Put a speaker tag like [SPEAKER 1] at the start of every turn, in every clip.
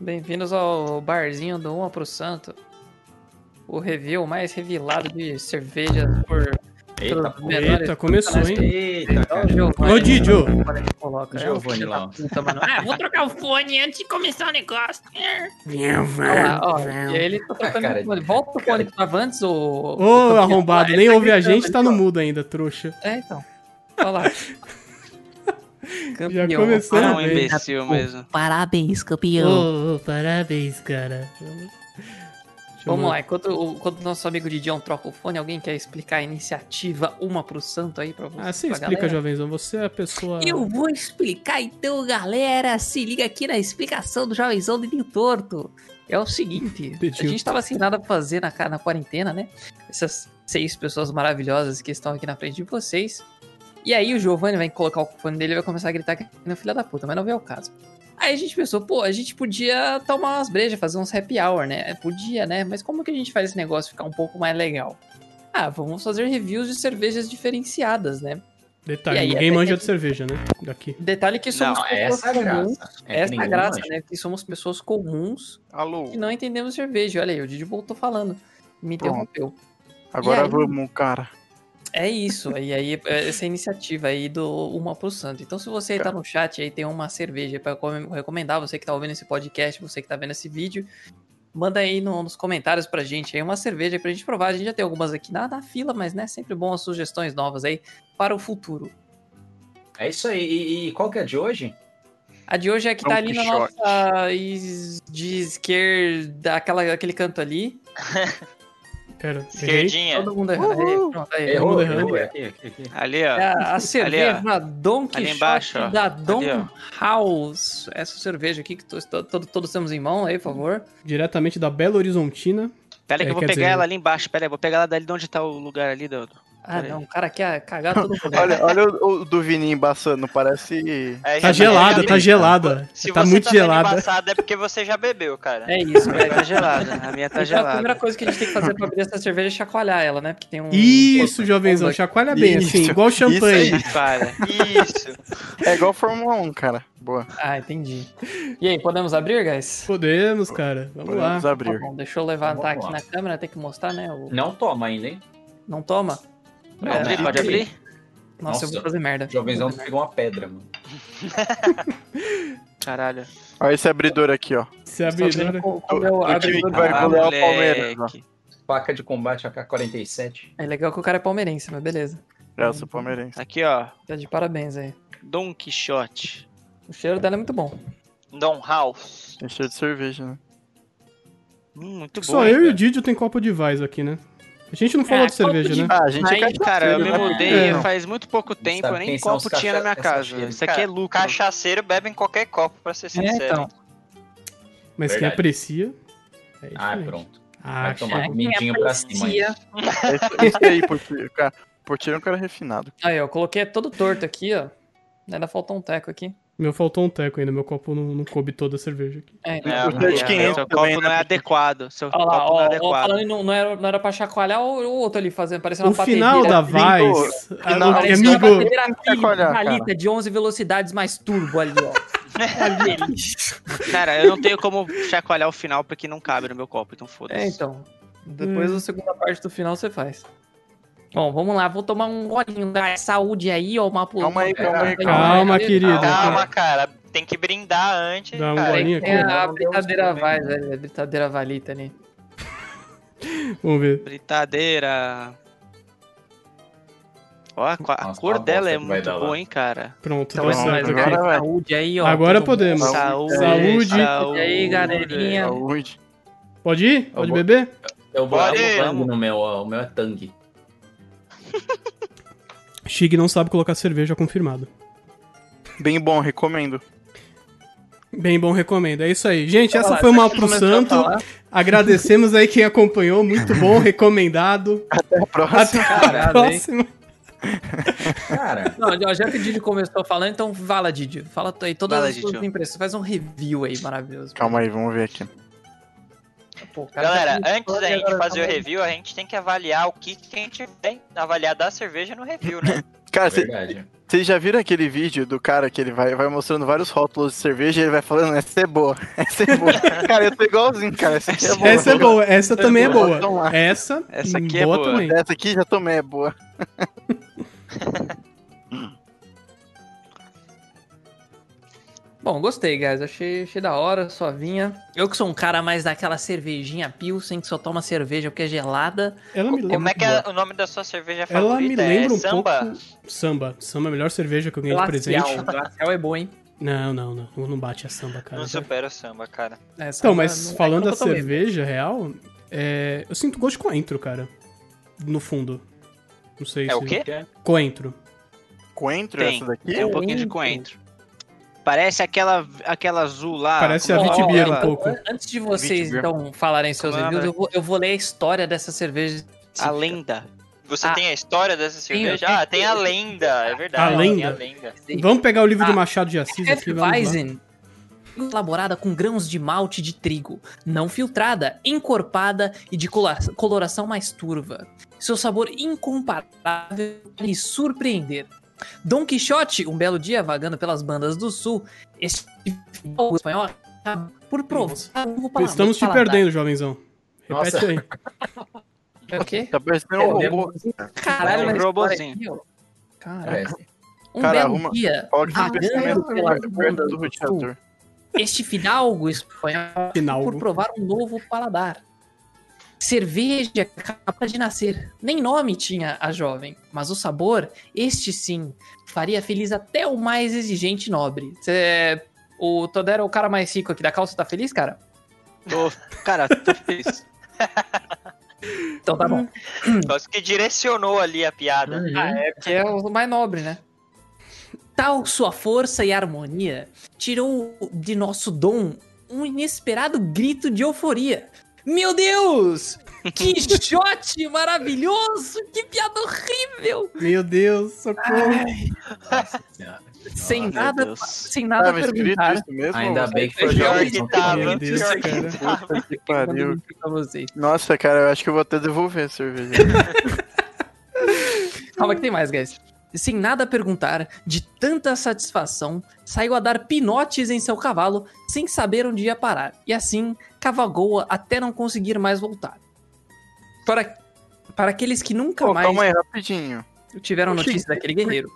[SPEAKER 1] Bem-vindos ao barzinho do Uma pro Santo. O review mais revelado de cerveja por.
[SPEAKER 2] Eita,
[SPEAKER 1] pelos
[SPEAKER 2] pô.
[SPEAKER 1] menores
[SPEAKER 3] Eita, começou,
[SPEAKER 1] canais
[SPEAKER 3] hein?
[SPEAKER 1] que
[SPEAKER 2] Eita,
[SPEAKER 1] o
[SPEAKER 2] cara.
[SPEAKER 1] Giovanni-
[SPEAKER 3] Ô, Didio.
[SPEAKER 1] Olha que coloca, é um
[SPEAKER 2] Giovanni
[SPEAKER 1] filho
[SPEAKER 2] lá,
[SPEAKER 1] da
[SPEAKER 2] ó.
[SPEAKER 1] puta, mano. Ah, vou trocar o fone antes de começar o negócio. Olha
[SPEAKER 4] É.
[SPEAKER 1] lá, ó. E aí
[SPEAKER 3] Ô,
[SPEAKER 1] ele tá trocando
[SPEAKER 2] Cara,
[SPEAKER 1] o fone. Volta o fone que tava antes, ô.
[SPEAKER 3] arrombado,
[SPEAKER 1] Ele
[SPEAKER 3] nem
[SPEAKER 1] tá
[SPEAKER 3] ouve a
[SPEAKER 1] gritando,
[SPEAKER 3] gente, tá
[SPEAKER 1] ele
[SPEAKER 3] no mudo ainda, trouxa.
[SPEAKER 1] É, então. Olha lá.
[SPEAKER 3] Já começou
[SPEAKER 2] é
[SPEAKER 5] Era um
[SPEAKER 3] bem.
[SPEAKER 5] imbecil mesmo.
[SPEAKER 4] Parabéns, campeão.
[SPEAKER 3] Ô, ô, parabéns, cara.
[SPEAKER 1] Vamos lá, enquanto o enquanto nosso amigo Didion troca o fone, alguém quer explicar a iniciativa Uma pro Santo aí pra você?
[SPEAKER 3] Ah, você
[SPEAKER 1] pra
[SPEAKER 3] explica,
[SPEAKER 1] galera?
[SPEAKER 3] jovenzão. Você é a pessoa.
[SPEAKER 4] Eu vou explicar então, galera. Se liga aqui na explicação do Jovenzão Dedinho Torto.
[SPEAKER 1] É o seguinte, a
[SPEAKER 3] Dedinho.
[SPEAKER 1] gente tava sem nada pra fazer na, ca- na quarentena, né? Essas seis pessoas maravilhosas que estão aqui na frente de vocês. E aí o Giovanni vai colocar o fone dele e vai começar a gritar que é filha da puta, mas não vê o caso. Aí a gente pensou, pô, a gente podia tomar umas brejas, fazer uns happy hour, né? Podia, né? Mas como que a gente faz esse negócio ficar um pouco mais legal? Ah, vamos fazer reviews de cervejas diferenciadas, né?
[SPEAKER 3] Detalhe,
[SPEAKER 1] E aí,
[SPEAKER 3] ninguém
[SPEAKER 1] até
[SPEAKER 3] manja
[SPEAKER 1] que-
[SPEAKER 3] de cerveja, né? Daqui.
[SPEAKER 1] Detalhe que somos
[SPEAKER 2] Não,
[SPEAKER 1] pessoas
[SPEAKER 2] essa é a
[SPEAKER 1] comuns.
[SPEAKER 2] graça. É que
[SPEAKER 1] Essa é a
[SPEAKER 2] ninguém
[SPEAKER 1] graça,
[SPEAKER 2] manja.
[SPEAKER 1] né? Que somos pessoas comuns
[SPEAKER 6] Alô,
[SPEAKER 1] que não entendemos cerveja. Olha aí, o Didi voltou falando. Me
[SPEAKER 6] Pronto.
[SPEAKER 1] interrompeu.
[SPEAKER 6] agora
[SPEAKER 1] aí?
[SPEAKER 6] vamos, cara.
[SPEAKER 1] É isso. E aí, é essa iniciativa aí do Uma pro Santo. Então, se você tá no chat aí, tem uma cerveja pra com- recomendar, você que tá ouvindo esse podcast, você que tá vendo esse vídeo, manda aí no- nos comentários pra gente aí uma cerveja pra gente provar. A gente já tem algumas aqui na, na fila, mas né, sempre bom as sugestões novas aí para o futuro.
[SPEAKER 2] É isso aí. E, e qual que é a de hoje?
[SPEAKER 1] A de hoje é a que
[SPEAKER 6] Dom
[SPEAKER 1] tá ali na
[SPEAKER 6] Quixote.
[SPEAKER 1] nossa is- de esquerda, aquela, aquele canto ali.
[SPEAKER 3] Pera, errei.
[SPEAKER 5] Esquerdinha.
[SPEAKER 1] Todo mundo errou. Aí, pronto, aí.
[SPEAKER 2] Errou,
[SPEAKER 3] errando.
[SPEAKER 2] errou. É aqui, aqui, aqui.
[SPEAKER 5] Ali, ó.
[SPEAKER 1] É a cerveja Dom Quixote
[SPEAKER 5] embaixo, ó.
[SPEAKER 1] da Dom
[SPEAKER 5] Ali, ó.
[SPEAKER 1] House. Essa cerveja aqui que to- to- to- todos temos em mão aí, por
[SPEAKER 5] Hum.
[SPEAKER 1] favor.
[SPEAKER 3] Diretamente da Belo Horizontina.
[SPEAKER 5] Pera aí que
[SPEAKER 3] É,
[SPEAKER 5] eu vou
[SPEAKER 3] quer
[SPEAKER 5] pegar
[SPEAKER 3] dizer-
[SPEAKER 5] ela ali embaixo. Pera aí, vou pegar ela dali de onde tá o lugar ali, Dodo.
[SPEAKER 1] Ah,
[SPEAKER 5] Peraí.
[SPEAKER 1] não, o cara quer cagar todo mundo.
[SPEAKER 6] Olha, olha o, o do Vini embaçando, parece.
[SPEAKER 7] É,
[SPEAKER 3] Tá
[SPEAKER 7] já-
[SPEAKER 3] gelada,
[SPEAKER 7] já-
[SPEAKER 3] tá gelada.
[SPEAKER 7] Se
[SPEAKER 3] Tá
[SPEAKER 7] você
[SPEAKER 3] muito
[SPEAKER 7] tá vendo
[SPEAKER 3] gelada.
[SPEAKER 7] embaçada é porque você já bebeu, cara.
[SPEAKER 1] É isso,
[SPEAKER 5] A minha
[SPEAKER 1] velho.
[SPEAKER 5] tá gelada. A minha tá
[SPEAKER 1] Então, a primeira
[SPEAKER 5] gelada.
[SPEAKER 1] coisa que a gente tem que fazer pra abrir essa cerveja é chacoalhar ela, né? Porque tem um.
[SPEAKER 3] Isso, jovenzão.
[SPEAKER 1] Isso.
[SPEAKER 3] Chacoalha bem, assim,
[SPEAKER 6] Isso,
[SPEAKER 3] igual champanhe.
[SPEAKER 6] isso
[SPEAKER 5] Para.
[SPEAKER 7] Isso.
[SPEAKER 6] É igual Fórmula 1, cara. Boa.
[SPEAKER 1] Ah, entendi. E aí, podemos abrir, guys?
[SPEAKER 3] Podemos, cara. Vamos lá.
[SPEAKER 6] Podemos
[SPEAKER 1] Tá
[SPEAKER 6] abrir.
[SPEAKER 1] bom, deixa eu levantar aqui
[SPEAKER 2] Vamos lá.
[SPEAKER 1] na câmera, tem que mostrar, né? o-
[SPEAKER 2] Não toma ainda, hein?
[SPEAKER 1] Não toma?
[SPEAKER 2] Não,
[SPEAKER 1] É,
[SPEAKER 5] Abrir,
[SPEAKER 2] não.
[SPEAKER 5] pode abrir?
[SPEAKER 1] Nossa, eu vou
[SPEAKER 2] Nossa.
[SPEAKER 1] fazer merda.
[SPEAKER 2] O jovenzão pegou uma pedra, mano.
[SPEAKER 5] Caralho.
[SPEAKER 6] Olha esse abridor aqui, ó.
[SPEAKER 3] Se
[SPEAKER 1] Estou
[SPEAKER 3] abrir,
[SPEAKER 1] vendo
[SPEAKER 3] né?
[SPEAKER 1] com- com o meu
[SPEAKER 6] Do time que
[SPEAKER 1] abridor de
[SPEAKER 6] vai
[SPEAKER 5] Ah,
[SPEAKER 6] golear o
[SPEAKER 5] moleque.
[SPEAKER 6] Palmeiras. ó.
[SPEAKER 2] Faca de combate AK-47.
[SPEAKER 1] É legal que o cara é palmeirense, mas beleza.
[SPEAKER 6] Já sou palmeirense.
[SPEAKER 5] Aqui, ó.
[SPEAKER 1] Tá de parabéns aí.
[SPEAKER 5] Dom Quixote.
[SPEAKER 1] O cheiro dela é muito bom.
[SPEAKER 7] Don House.
[SPEAKER 6] Tem cheio de cerveja, né?
[SPEAKER 5] Hum, muito bom.
[SPEAKER 3] Só
[SPEAKER 5] hein,
[SPEAKER 3] eu e o
[SPEAKER 5] cara.
[SPEAKER 3] Didio tem copo de Vaz aqui, né? A gente não falou de cerveja, né?
[SPEAKER 6] Ah, a gente é
[SPEAKER 5] Mas, cara, eu me
[SPEAKER 6] né?
[SPEAKER 5] mudei
[SPEAKER 3] É.
[SPEAKER 5] faz muito pouco tempo, eu
[SPEAKER 2] sabe
[SPEAKER 5] nem
[SPEAKER 2] quem são
[SPEAKER 5] copo
[SPEAKER 2] os
[SPEAKER 5] tinha na minha
[SPEAKER 2] cachaceiro.
[SPEAKER 5] casa. Isso aqui é lucro.
[SPEAKER 7] Cachaceiro bebe em qualquer copo, pra
[SPEAKER 3] É,
[SPEAKER 7] ser sincero.
[SPEAKER 1] então.
[SPEAKER 3] Mas quem
[SPEAKER 2] Verdade.
[SPEAKER 3] aprecia. É
[SPEAKER 2] Ah,
[SPEAKER 3] diferente.
[SPEAKER 2] pronto.
[SPEAKER 3] Ah,
[SPEAKER 2] Vai tomar
[SPEAKER 1] Quem
[SPEAKER 2] comidinho pra cima. aí.
[SPEAKER 1] aprecia.
[SPEAKER 6] É Isso aí, Portilho. Cara, Portilho é um cara refinado.
[SPEAKER 1] Aí, ó, coloquei todo torto aqui, ó. Ainda faltou um teco aqui.
[SPEAKER 3] Meu faltou um teco ainda, meu copo não, não coube toda a cerveja aqui.
[SPEAKER 1] É, então.
[SPEAKER 5] Não,
[SPEAKER 6] Os
[SPEAKER 5] não,
[SPEAKER 6] dois
[SPEAKER 5] não,
[SPEAKER 6] quinhentos
[SPEAKER 5] seu
[SPEAKER 6] também,
[SPEAKER 5] copo
[SPEAKER 6] né,
[SPEAKER 5] não é
[SPEAKER 6] porque-
[SPEAKER 5] adequado. Seu
[SPEAKER 1] Olha lá,
[SPEAKER 5] copo não é
[SPEAKER 1] ó,
[SPEAKER 8] um
[SPEAKER 1] ó,
[SPEAKER 5] adequado.
[SPEAKER 1] falando em não, não era, não era pra chacoalhar o o outro ali fazendo, parecendo
[SPEAKER 3] O
[SPEAKER 1] uma
[SPEAKER 3] final da
[SPEAKER 1] batedeira.
[SPEAKER 3] Vaz.
[SPEAKER 6] final
[SPEAKER 3] Ah,
[SPEAKER 6] da-
[SPEAKER 1] Parecia uma
[SPEAKER 3] Amigo,
[SPEAKER 1] batedeira aqui,
[SPEAKER 6] Chacoalhar, cara.
[SPEAKER 1] palita de 11 velocidades mais turbo ali, ó. Olha isso.
[SPEAKER 5] Cara, eu não tenho como chacoalhar o final porque não cabe no meu copo, então
[SPEAKER 1] É,
[SPEAKER 5] foda-se.
[SPEAKER 1] então. Depois
[SPEAKER 3] Hum.
[SPEAKER 1] da segunda parte do final você faz. Bom, vamos lá, vou tomar um golinho da saúde aí, ó, uma
[SPEAKER 6] Calma aí, calma aí,
[SPEAKER 3] calma, querido.
[SPEAKER 7] Calma, cara. Tem que brindar antes.
[SPEAKER 3] Dá um
[SPEAKER 7] cara.
[SPEAKER 3] golinho aqui.
[SPEAKER 1] É a
[SPEAKER 2] Não deu
[SPEAKER 1] brincadeira
[SPEAKER 2] certo,
[SPEAKER 1] vai,
[SPEAKER 2] né?
[SPEAKER 1] velho. A brincadeira valita ali.
[SPEAKER 3] Vamos ver.
[SPEAKER 5] Britadeira. Ó, a, co- a
[SPEAKER 2] Nossa,
[SPEAKER 5] cor
[SPEAKER 2] uma
[SPEAKER 5] dela
[SPEAKER 2] bosta
[SPEAKER 5] é
[SPEAKER 2] que vai
[SPEAKER 5] muito
[SPEAKER 2] dar lá.
[SPEAKER 5] boa, hein, cara.
[SPEAKER 3] Pronto,
[SPEAKER 1] Então
[SPEAKER 3] deu
[SPEAKER 1] é
[SPEAKER 6] Nossa,
[SPEAKER 3] certo.
[SPEAKER 1] nóis,
[SPEAKER 6] agora
[SPEAKER 1] galera.
[SPEAKER 6] vai.
[SPEAKER 1] Saúde aí, ó.
[SPEAKER 3] Agora
[SPEAKER 1] todo mundo.
[SPEAKER 3] podemos.
[SPEAKER 5] Saúde,
[SPEAKER 3] Saúde.
[SPEAKER 5] saúde.
[SPEAKER 1] E aí, galerinha?
[SPEAKER 6] Saúde.
[SPEAKER 3] Pode ir? Pode
[SPEAKER 2] vou-
[SPEAKER 3] beber?
[SPEAKER 2] Eu vou dar
[SPEAKER 7] Olha aí,
[SPEAKER 2] um
[SPEAKER 5] vamos.
[SPEAKER 2] no meu, ó. O meu é tangue.
[SPEAKER 3] Chig não sabe colocar cerveja, confirmado.
[SPEAKER 6] Bem bom, recomendo.
[SPEAKER 3] Bem bom, recomendo. É isso aí. Gente,
[SPEAKER 1] Olha
[SPEAKER 3] essa
[SPEAKER 1] lá,
[SPEAKER 3] foi uma
[SPEAKER 1] deixa eu
[SPEAKER 3] pro
[SPEAKER 1] começar a
[SPEAKER 3] santo.
[SPEAKER 1] falar.
[SPEAKER 3] Agradecemos aí quem acompanhou. Muito bom, recomendado.
[SPEAKER 6] Até a próxima.
[SPEAKER 3] Até a
[SPEAKER 1] Caralho,
[SPEAKER 3] próxima.
[SPEAKER 2] Cara,
[SPEAKER 1] Não, ó, já que o Didi começou falando, então vala, Didi. Fala tu aí todas
[SPEAKER 5] Vai lá,
[SPEAKER 1] as suas
[SPEAKER 5] Didi.
[SPEAKER 1] impressões. Faz um review aí maravilhoso.
[SPEAKER 6] Calma aí, vamos ver aqui.
[SPEAKER 1] Pô, o cara tá já
[SPEAKER 7] Galera, é-
[SPEAKER 1] começou
[SPEAKER 7] antes da
[SPEAKER 1] e
[SPEAKER 7] gente
[SPEAKER 1] agora
[SPEAKER 7] fazer o
[SPEAKER 1] tá-
[SPEAKER 7] review, a
[SPEAKER 3] É
[SPEAKER 7] gente tem que avaliar o que, que a gente tem avaliar da cerveja no review, né?
[SPEAKER 6] Cara, você
[SPEAKER 2] é verdade.
[SPEAKER 6] Vocês já viram aquele vídeo do cara que ele vai, vai mostrando vários rótulos de cerveja e ele vai falando, essa é boa, essa é boa. cara, eu tô igualzinho, cara, essa aqui é boa.
[SPEAKER 3] Essa é boa, essa também é boa.
[SPEAKER 6] Vamos lá.
[SPEAKER 3] Essa,
[SPEAKER 5] Essa
[SPEAKER 3] hum,
[SPEAKER 5] aqui é boa.
[SPEAKER 3] também.
[SPEAKER 6] Essa aqui já tomei, é boa.
[SPEAKER 1] Bom, gostei, guys. Achei, achei da hora, suavinha. Eu que sou um cara mais daquela cervejinha Pilsen, que só toma cerveja porque é gelada.
[SPEAKER 3] Ela me lembra.
[SPEAKER 7] Como é que é o nome da sua cerveja
[SPEAKER 3] Ela me
[SPEAKER 7] favorita?
[SPEAKER 3] lembra
[SPEAKER 7] é
[SPEAKER 3] um
[SPEAKER 7] samba?
[SPEAKER 3] pouco. Samba. Samba é a melhor cerveja que eu ganhei de presente.
[SPEAKER 1] Glacial. Glacial é bom, hein?
[SPEAKER 3] Não, não, não. Não bate a samba, cara.
[SPEAKER 7] Não supera o samba, cara.
[SPEAKER 1] Essa
[SPEAKER 3] Então,
[SPEAKER 1] não-
[SPEAKER 3] mas
[SPEAKER 1] não- é
[SPEAKER 3] falando
[SPEAKER 1] nunca
[SPEAKER 3] da
[SPEAKER 1] tomei.
[SPEAKER 3] cerveja real, é, eu sinto gosto de coentro, cara. No fundo. Não sei
[SPEAKER 7] É
[SPEAKER 3] se.
[SPEAKER 7] o quê?
[SPEAKER 3] Coentro.
[SPEAKER 6] Coentro
[SPEAKER 5] Tem.
[SPEAKER 6] essa daqui?
[SPEAKER 5] Tem um pouquinho de coentro. Parece aquela, aquela azul lá.
[SPEAKER 3] Parece a
[SPEAKER 5] Como é
[SPEAKER 3] Vitibira um
[SPEAKER 5] aquela?
[SPEAKER 3] pouco.
[SPEAKER 1] An- Antes de vocês,
[SPEAKER 6] Vitibir.
[SPEAKER 1] então, falarem seus
[SPEAKER 5] Como é,
[SPEAKER 1] reviews,
[SPEAKER 5] né?
[SPEAKER 1] eu vou, eu vou ler a história dessa cerveja.
[SPEAKER 5] A lenda.
[SPEAKER 7] Você
[SPEAKER 1] Ah.
[SPEAKER 7] tem a história dessa
[SPEAKER 1] Sim, eu
[SPEAKER 7] cerveja?
[SPEAKER 1] tenho.
[SPEAKER 7] ah, tem a lenda, é verdade.
[SPEAKER 3] A
[SPEAKER 7] tem
[SPEAKER 3] lenda.
[SPEAKER 7] lenda.
[SPEAKER 3] Vamos pegar o livro do Machado de Assis aqui, vamos lá.
[SPEAKER 1] Hefeweizen. Elaborada com grãos de malte de trigo, não filtrada, encorpada e de cola- coloração mais turva. Seu sabor incomparável e surpreender. Dom Quixote, um belo dia vagando pelas bandas do sul, este filósofo espanhol acaba por provar um novo pala-
[SPEAKER 3] Estamos te
[SPEAKER 1] paladar.
[SPEAKER 3] perdendo, jovenzão. Repete
[SPEAKER 2] Nossa.
[SPEAKER 3] aí.
[SPEAKER 1] É o quê?
[SPEAKER 6] Tá parecendo um
[SPEAKER 2] É,
[SPEAKER 6] robô.
[SPEAKER 1] Caralho,
[SPEAKER 5] Um
[SPEAKER 1] mas
[SPEAKER 5] robozinho.
[SPEAKER 1] olha aqui, ó. Caraca.
[SPEAKER 2] Parece.
[SPEAKER 1] Um
[SPEAKER 6] Cara,
[SPEAKER 1] belo
[SPEAKER 6] arruma-
[SPEAKER 1] dia,
[SPEAKER 6] Olha que
[SPEAKER 1] vagando
[SPEAKER 6] pensamento
[SPEAKER 1] pelas
[SPEAKER 6] perto
[SPEAKER 1] bandas
[SPEAKER 6] do
[SPEAKER 1] do
[SPEAKER 6] roteador.
[SPEAKER 1] sul, este fidalgo espanhol
[SPEAKER 3] Final.
[SPEAKER 1] por provar um novo paladar. Cerveja é capaz de nascer. Nem nome tinha a jovem, mas o sabor, este sim, faria feliz até o mais exigente nobre. Cê, o Todero é o cara mais rico aqui da calça, tá feliz, cara?
[SPEAKER 5] Tô- Cara, tô feliz.
[SPEAKER 1] Então tá bom.
[SPEAKER 7] Nossa, que direcionou ali a piada.
[SPEAKER 1] Ah, é porque é o mais nobre, né? Tal sua força e harmonia tirou de nosso dom um inesperado grito de euforia. Meu Deus! Que shot maravilhoso! Que piada horrível!
[SPEAKER 3] Meu Deus, socorro.
[SPEAKER 2] Nossa Senhora.
[SPEAKER 1] Sem
[SPEAKER 2] Nossa.
[SPEAKER 1] nada,
[SPEAKER 5] Deus.
[SPEAKER 1] sem nada
[SPEAKER 6] Tava escrito
[SPEAKER 1] perguntar.
[SPEAKER 6] isso mesmo?
[SPEAKER 2] Ainda bem que foi
[SPEAKER 7] Pior
[SPEAKER 2] jovem,
[SPEAKER 7] que
[SPEAKER 2] não tem
[SPEAKER 7] tava.
[SPEAKER 2] jeito.
[SPEAKER 3] Meu Deus,
[SPEAKER 7] pior que
[SPEAKER 3] cara.
[SPEAKER 1] Ah,
[SPEAKER 7] tava.
[SPEAKER 6] Que
[SPEAKER 1] Eu mando
[SPEAKER 6] pariu.
[SPEAKER 1] link pra vocês.
[SPEAKER 6] Nossa, cara, eu acho que eu vou até devolver a cerveja.
[SPEAKER 1] Calma que tem mais, guys. Sem nada perguntar, de tanta satisfação, saiu a dar pinotes em seu cavalo, sem saber onde ia parar. E assim, cavagou até não conseguir mais voltar. Para, para aqueles que nunca
[SPEAKER 6] Pô,
[SPEAKER 1] mais
[SPEAKER 6] calma aí, rapidinho.
[SPEAKER 1] tiveram
[SPEAKER 6] Oxi.
[SPEAKER 1] notícia daquele guerreiro.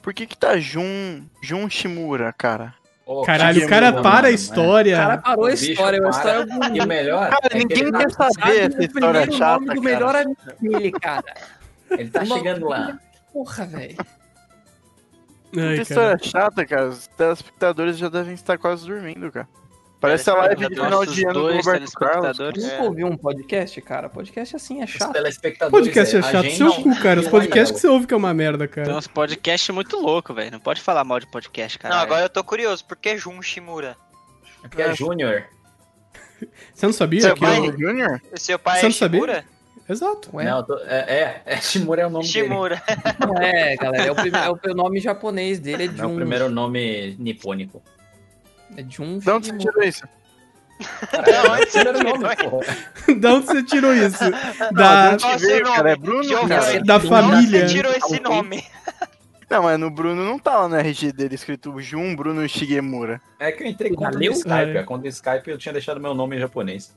[SPEAKER 6] Por que que tá Jun, Jun Shimura, cara?
[SPEAKER 2] Ô,
[SPEAKER 3] Caralho,
[SPEAKER 2] que né?
[SPEAKER 3] o cara
[SPEAKER 2] mano,
[SPEAKER 3] para a
[SPEAKER 2] mano.
[SPEAKER 1] O
[SPEAKER 3] história.
[SPEAKER 1] cara parou a
[SPEAKER 2] Bicho,
[SPEAKER 1] história, a
[SPEAKER 2] para.
[SPEAKER 1] história é
[SPEAKER 2] E o melhor é que
[SPEAKER 6] ninguém
[SPEAKER 2] ele,
[SPEAKER 6] quer
[SPEAKER 1] sabe
[SPEAKER 6] saber essa
[SPEAKER 1] o
[SPEAKER 6] história
[SPEAKER 1] primeiro
[SPEAKER 6] chata,
[SPEAKER 1] nome do
[SPEAKER 6] cara.
[SPEAKER 1] melhor amigo dele, cara.
[SPEAKER 2] ele tá chegando lá.
[SPEAKER 1] Porra, velho.
[SPEAKER 3] Ai,
[SPEAKER 6] Que
[SPEAKER 3] cara.
[SPEAKER 6] história chata, cara. Os telespectadores já devem estar quase dormindo, cara. Parece a live de final
[SPEAKER 5] Nossos
[SPEAKER 6] de ano do
[SPEAKER 5] dois
[SPEAKER 6] Roberto Carlos.
[SPEAKER 1] Eu
[SPEAKER 5] telespectadores.
[SPEAKER 1] nunca
[SPEAKER 7] É.
[SPEAKER 1] ouvi um podcast, cara. Podcast assim é
[SPEAKER 2] Os
[SPEAKER 1] chato.
[SPEAKER 2] telespectadores.
[SPEAKER 3] Podcast é
[SPEAKER 2] a
[SPEAKER 3] chato.
[SPEAKER 2] gente
[SPEAKER 3] Seu
[SPEAKER 2] não-
[SPEAKER 3] cu, cara. Os
[SPEAKER 2] não
[SPEAKER 3] podcasts que
[SPEAKER 2] é
[SPEAKER 3] você ouve que é uma merda,
[SPEAKER 5] Tem
[SPEAKER 8] Então,
[SPEAKER 3] cara.
[SPEAKER 5] uns podcasts muito louco, velho. Não pode falar mal de podcast, cara.
[SPEAKER 7] Não, agora eu tô curioso, por que Jun Shimura?
[SPEAKER 2] Porque é Júnior.
[SPEAKER 3] Você não sabia
[SPEAKER 6] Seu
[SPEAKER 3] que
[SPEAKER 6] pai
[SPEAKER 3] eu...
[SPEAKER 6] é Junior?
[SPEAKER 7] Seu pai
[SPEAKER 3] Você
[SPEAKER 7] é
[SPEAKER 3] não sabia?
[SPEAKER 7] Shimura?
[SPEAKER 3] Exato.
[SPEAKER 1] Ué?
[SPEAKER 2] Não, eu tô- é, é, é, Shimura é o nome dele.
[SPEAKER 7] Shimura.
[SPEAKER 1] É, galera, é o, prime- é o nome japonês dele, é
[SPEAKER 2] É o
[SPEAKER 1] Jun.
[SPEAKER 2] primeiro nome nipônico.
[SPEAKER 1] É Jun.
[SPEAKER 6] De onde você tirou isso?
[SPEAKER 2] Caralho,
[SPEAKER 7] onde você
[SPEAKER 2] é o primeiro
[SPEAKER 7] tirou
[SPEAKER 2] nome, porra.
[SPEAKER 3] da onde você tirou isso? Da...
[SPEAKER 6] Não, veio, cara, é Bruno,
[SPEAKER 7] Giovanni,
[SPEAKER 6] cara.
[SPEAKER 7] de onde
[SPEAKER 3] Da
[SPEAKER 7] você
[SPEAKER 3] família.
[SPEAKER 7] tirou esse nome?
[SPEAKER 6] Não, mas no Bruno não tá lá no RG dele escrito Jun Bruno Shigemura.
[SPEAKER 2] É que eu entrei contra o
[SPEAKER 1] Valeu?
[SPEAKER 2] Skype.
[SPEAKER 3] É.
[SPEAKER 2] A conta do Skype eu tinha deixado meu nome em japonês.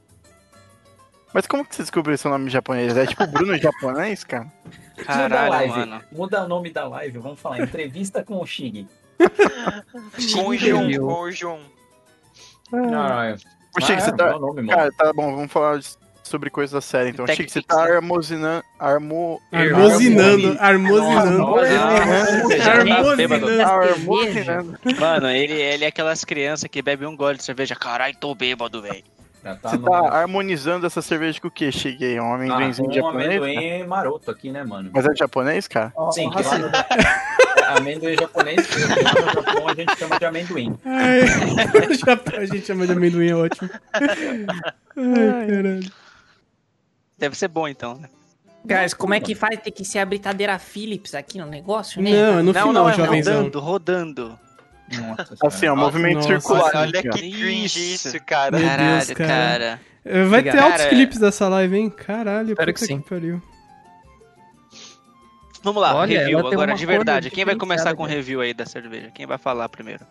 [SPEAKER 6] Mas como que você descobriu seu nome japonês? É tipo Bruno japonês, cara?
[SPEAKER 2] muda a
[SPEAKER 5] Caralho,
[SPEAKER 2] live.
[SPEAKER 5] mano.
[SPEAKER 2] Muda o nome da live. Vamos falar. Entrevista com o Shig.
[SPEAKER 7] Com o Jun, com o Jun.
[SPEAKER 2] Caralho.
[SPEAKER 6] Ô, Shig,
[SPEAKER 2] Ah,
[SPEAKER 6] você
[SPEAKER 2] é,
[SPEAKER 6] tá...
[SPEAKER 2] meu nome, mano.
[SPEAKER 6] Cara, tá bom, vamos falar de- sobre coisas da série, então.
[SPEAKER 5] Tech
[SPEAKER 6] Chico, você
[SPEAKER 5] Pix,
[SPEAKER 6] tá
[SPEAKER 5] né?
[SPEAKER 6] armozinando... Armo...
[SPEAKER 3] Armozinando,
[SPEAKER 2] Nossa,
[SPEAKER 3] armozinando.
[SPEAKER 5] bêbado.
[SPEAKER 3] Armozinando.
[SPEAKER 6] Armozinando.
[SPEAKER 5] Mano, ele, ele é aquelas crianças que bebe um gole de cerveja. Caralho, tô bêbado, velho.
[SPEAKER 2] Já tá
[SPEAKER 6] Você
[SPEAKER 2] no-
[SPEAKER 6] tá harmonizando essa cerveja com o quê? Cheguei, um
[SPEAKER 2] Ah,
[SPEAKER 6] amendoinzinho
[SPEAKER 2] um
[SPEAKER 6] japonês? cara?
[SPEAKER 2] amendoim maroto aqui, né, mano?
[SPEAKER 6] Mas é japonês, cara?
[SPEAKER 2] Sim, que lá no... amendoim japonês, que lá no Japão a gente chama de amendoim.
[SPEAKER 3] Ai, já- a gente chama de amendoim, é ótimo. Ai, caralho.
[SPEAKER 5] Deve ser bom, então, né?
[SPEAKER 4] Guys, como é que faz? Tem que ser a britadeira Phillips aqui no negócio, né?
[SPEAKER 3] Não, é no final,
[SPEAKER 5] é
[SPEAKER 3] jovenzão.
[SPEAKER 5] rodando, rodando.
[SPEAKER 2] Nossa
[SPEAKER 6] Assim, ó,
[SPEAKER 2] senhora.
[SPEAKER 6] movimento
[SPEAKER 3] nossa.
[SPEAKER 6] circular.
[SPEAKER 7] Nossa, olha
[SPEAKER 6] aqui, ó.
[SPEAKER 7] que cringe
[SPEAKER 5] Isso.
[SPEAKER 7] isso, cara.
[SPEAKER 3] Meu
[SPEAKER 5] Caralho,
[SPEAKER 3] Deus, cara.
[SPEAKER 5] cara.
[SPEAKER 3] É, Vai ter
[SPEAKER 5] Cara,
[SPEAKER 3] altos clipes dessa live, hein? Caralho,
[SPEAKER 1] espero que
[SPEAKER 3] puta
[SPEAKER 1] sim.
[SPEAKER 3] pariu.
[SPEAKER 8] Vamos lá,
[SPEAKER 1] Olha,
[SPEAKER 8] review
[SPEAKER 1] ela tem
[SPEAKER 8] agora
[SPEAKER 1] uma
[SPEAKER 8] de verdade.
[SPEAKER 1] cor
[SPEAKER 8] Quem vai começar
[SPEAKER 1] diferenciada,
[SPEAKER 8] com o
[SPEAKER 1] cara.
[SPEAKER 8] review aí da cerveja? Quem vai falar primeiro?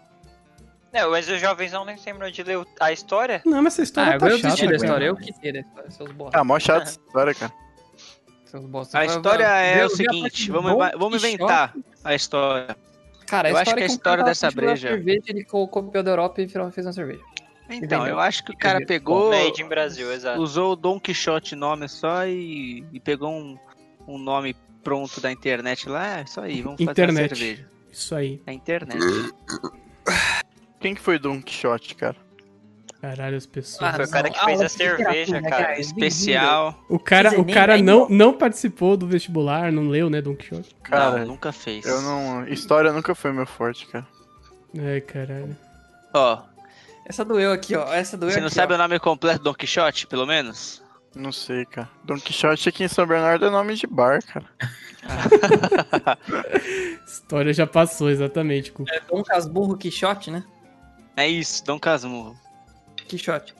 [SPEAKER 7] Não, É, mas os jovens não nem terminou de ler o- a história.
[SPEAKER 3] Não, mas essa história
[SPEAKER 1] Ah,
[SPEAKER 3] tá
[SPEAKER 1] agora eu
[SPEAKER 3] chata,
[SPEAKER 1] desisti da
[SPEAKER 3] cara.
[SPEAKER 1] história. Eu quitei da história, seus bosta.
[SPEAKER 6] Ah, mó chato essa história, cara.
[SPEAKER 1] seus bosta.
[SPEAKER 8] Tá. A
[SPEAKER 1] Vai-
[SPEAKER 8] história
[SPEAKER 1] vai- vê-
[SPEAKER 8] é
[SPEAKER 1] vê
[SPEAKER 8] o
[SPEAKER 1] a
[SPEAKER 8] seguinte,
[SPEAKER 1] parte
[SPEAKER 8] vamos,
[SPEAKER 1] bom
[SPEAKER 8] inva- vamos
[SPEAKER 1] e chato.
[SPEAKER 8] inventar a história.
[SPEAKER 1] Cara,
[SPEAKER 8] Eu acho que a
[SPEAKER 1] é um
[SPEAKER 8] história
[SPEAKER 1] cara
[SPEAKER 8] dessa
[SPEAKER 1] cultivou a
[SPEAKER 8] breja-
[SPEAKER 1] Cerveja, ele co- copiou da Europa e virou- fez uma cerveja.
[SPEAKER 8] Então,
[SPEAKER 1] Entendeu?
[SPEAKER 8] eu acho que o cara
[SPEAKER 1] Entendeu?
[SPEAKER 8] pegou,
[SPEAKER 7] Made in Brasil, exato.
[SPEAKER 8] usou o Don Quixote nome só e, e pegou um, um nome pronto da internet lá. É isso aí, vamos fazer
[SPEAKER 3] Internet.
[SPEAKER 8] a cerveja.
[SPEAKER 3] Isso aí.
[SPEAKER 8] Da internet.
[SPEAKER 6] Hum. Quem que foi Don Quixote, cara?
[SPEAKER 3] Caralho, as pessoas.
[SPEAKER 1] Ah,
[SPEAKER 7] Foi o
[SPEAKER 1] não.
[SPEAKER 7] cara que fez
[SPEAKER 1] Aula
[SPEAKER 7] a
[SPEAKER 1] de literatura,
[SPEAKER 7] cerveja,
[SPEAKER 1] né,
[SPEAKER 7] cara.
[SPEAKER 8] É Especial.
[SPEAKER 3] o cara, o
[SPEAKER 4] Vocês
[SPEAKER 3] cara
[SPEAKER 4] nem
[SPEAKER 3] não, não participou do vestibular, não leu, né, Don Quixote?
[SPEAKER 6] Cara,
[SPEAKER 8] não, nunca fez.
[SPEAKER 6] eu não. História nunca foi meu forte, cara.
[SPEAKER 3] Ai, caralho.
[SPEAKER 8] Ó,
[SPEAKER 1] Essa é doeu aqui, ó. Essa doeu
[SPEAKER 8] você não
[SPEAKER 1] aqui,
[SPEAKER 8] sabe
[SPEAKER 1] ó.
[SPEAKER 8] o nome completo do Don Quixote, pelo menos?
[SPEAKER 6] Não sei, cara. Don Quixote aqui em São Bernardo é nome de bar, cara.
[SPEAKER 3] História já passou, exatamente. Cuca.
[SPEAKER 1] É Dom Casmurro Quixote, né?
[SPEAKER 8] É isso, Dom Casmurro.
[SPEAKER 1] Quixote.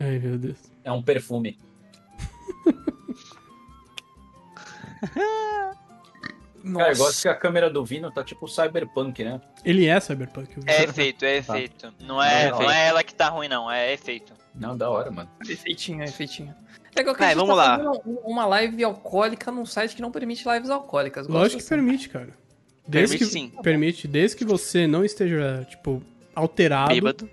[SPEAKER 3] Ai, meu Deus.
[SPEAKER 2] É um perfume. Cara, eu gosto que a câmera do Vino tá tipo cyberpunk, né?
[SPEAKER 3] Ele é cyberpunk. eu vi.
[SPEAKER 7] É efeito, é
[SPEAKER 3] Tá.
[SPEAKER 7] efeito. Não é,
[SPEAKER 2] Não é
[SPEAKER 7] não é ela que tá ruim, não. É efeito.
[SPEAKER 2] Não, da hora, mano.
[SPEAKER 1] Efeitinho, efeitinho. É igual que a
[SPEAKER 8] Vai,
[SPEAKER 1] gente
[SPEAKER 8] vamos
[SPEAKER 1] tá
[SPEAKER 8] lá.
[SPEAKER 1] fazendo um- uma live alcoólica num site que não permite lives alcoólicas. Gosto
[SPEAKER 3] Lógico que
[SPEAKER 1] assim.
[SPEAKER 3] permite, cara. Desde
[SPEAKER 8] Permite
[SPEAKER 3] que,
[SPEAKER 8] sim.
[SPEAKER 3] Permite, desde que você não esteja, tipo,
[SPEAKER 1] Ah,
[SPEAKER 3] alterado,
[SPEAKER 8] Bêbado.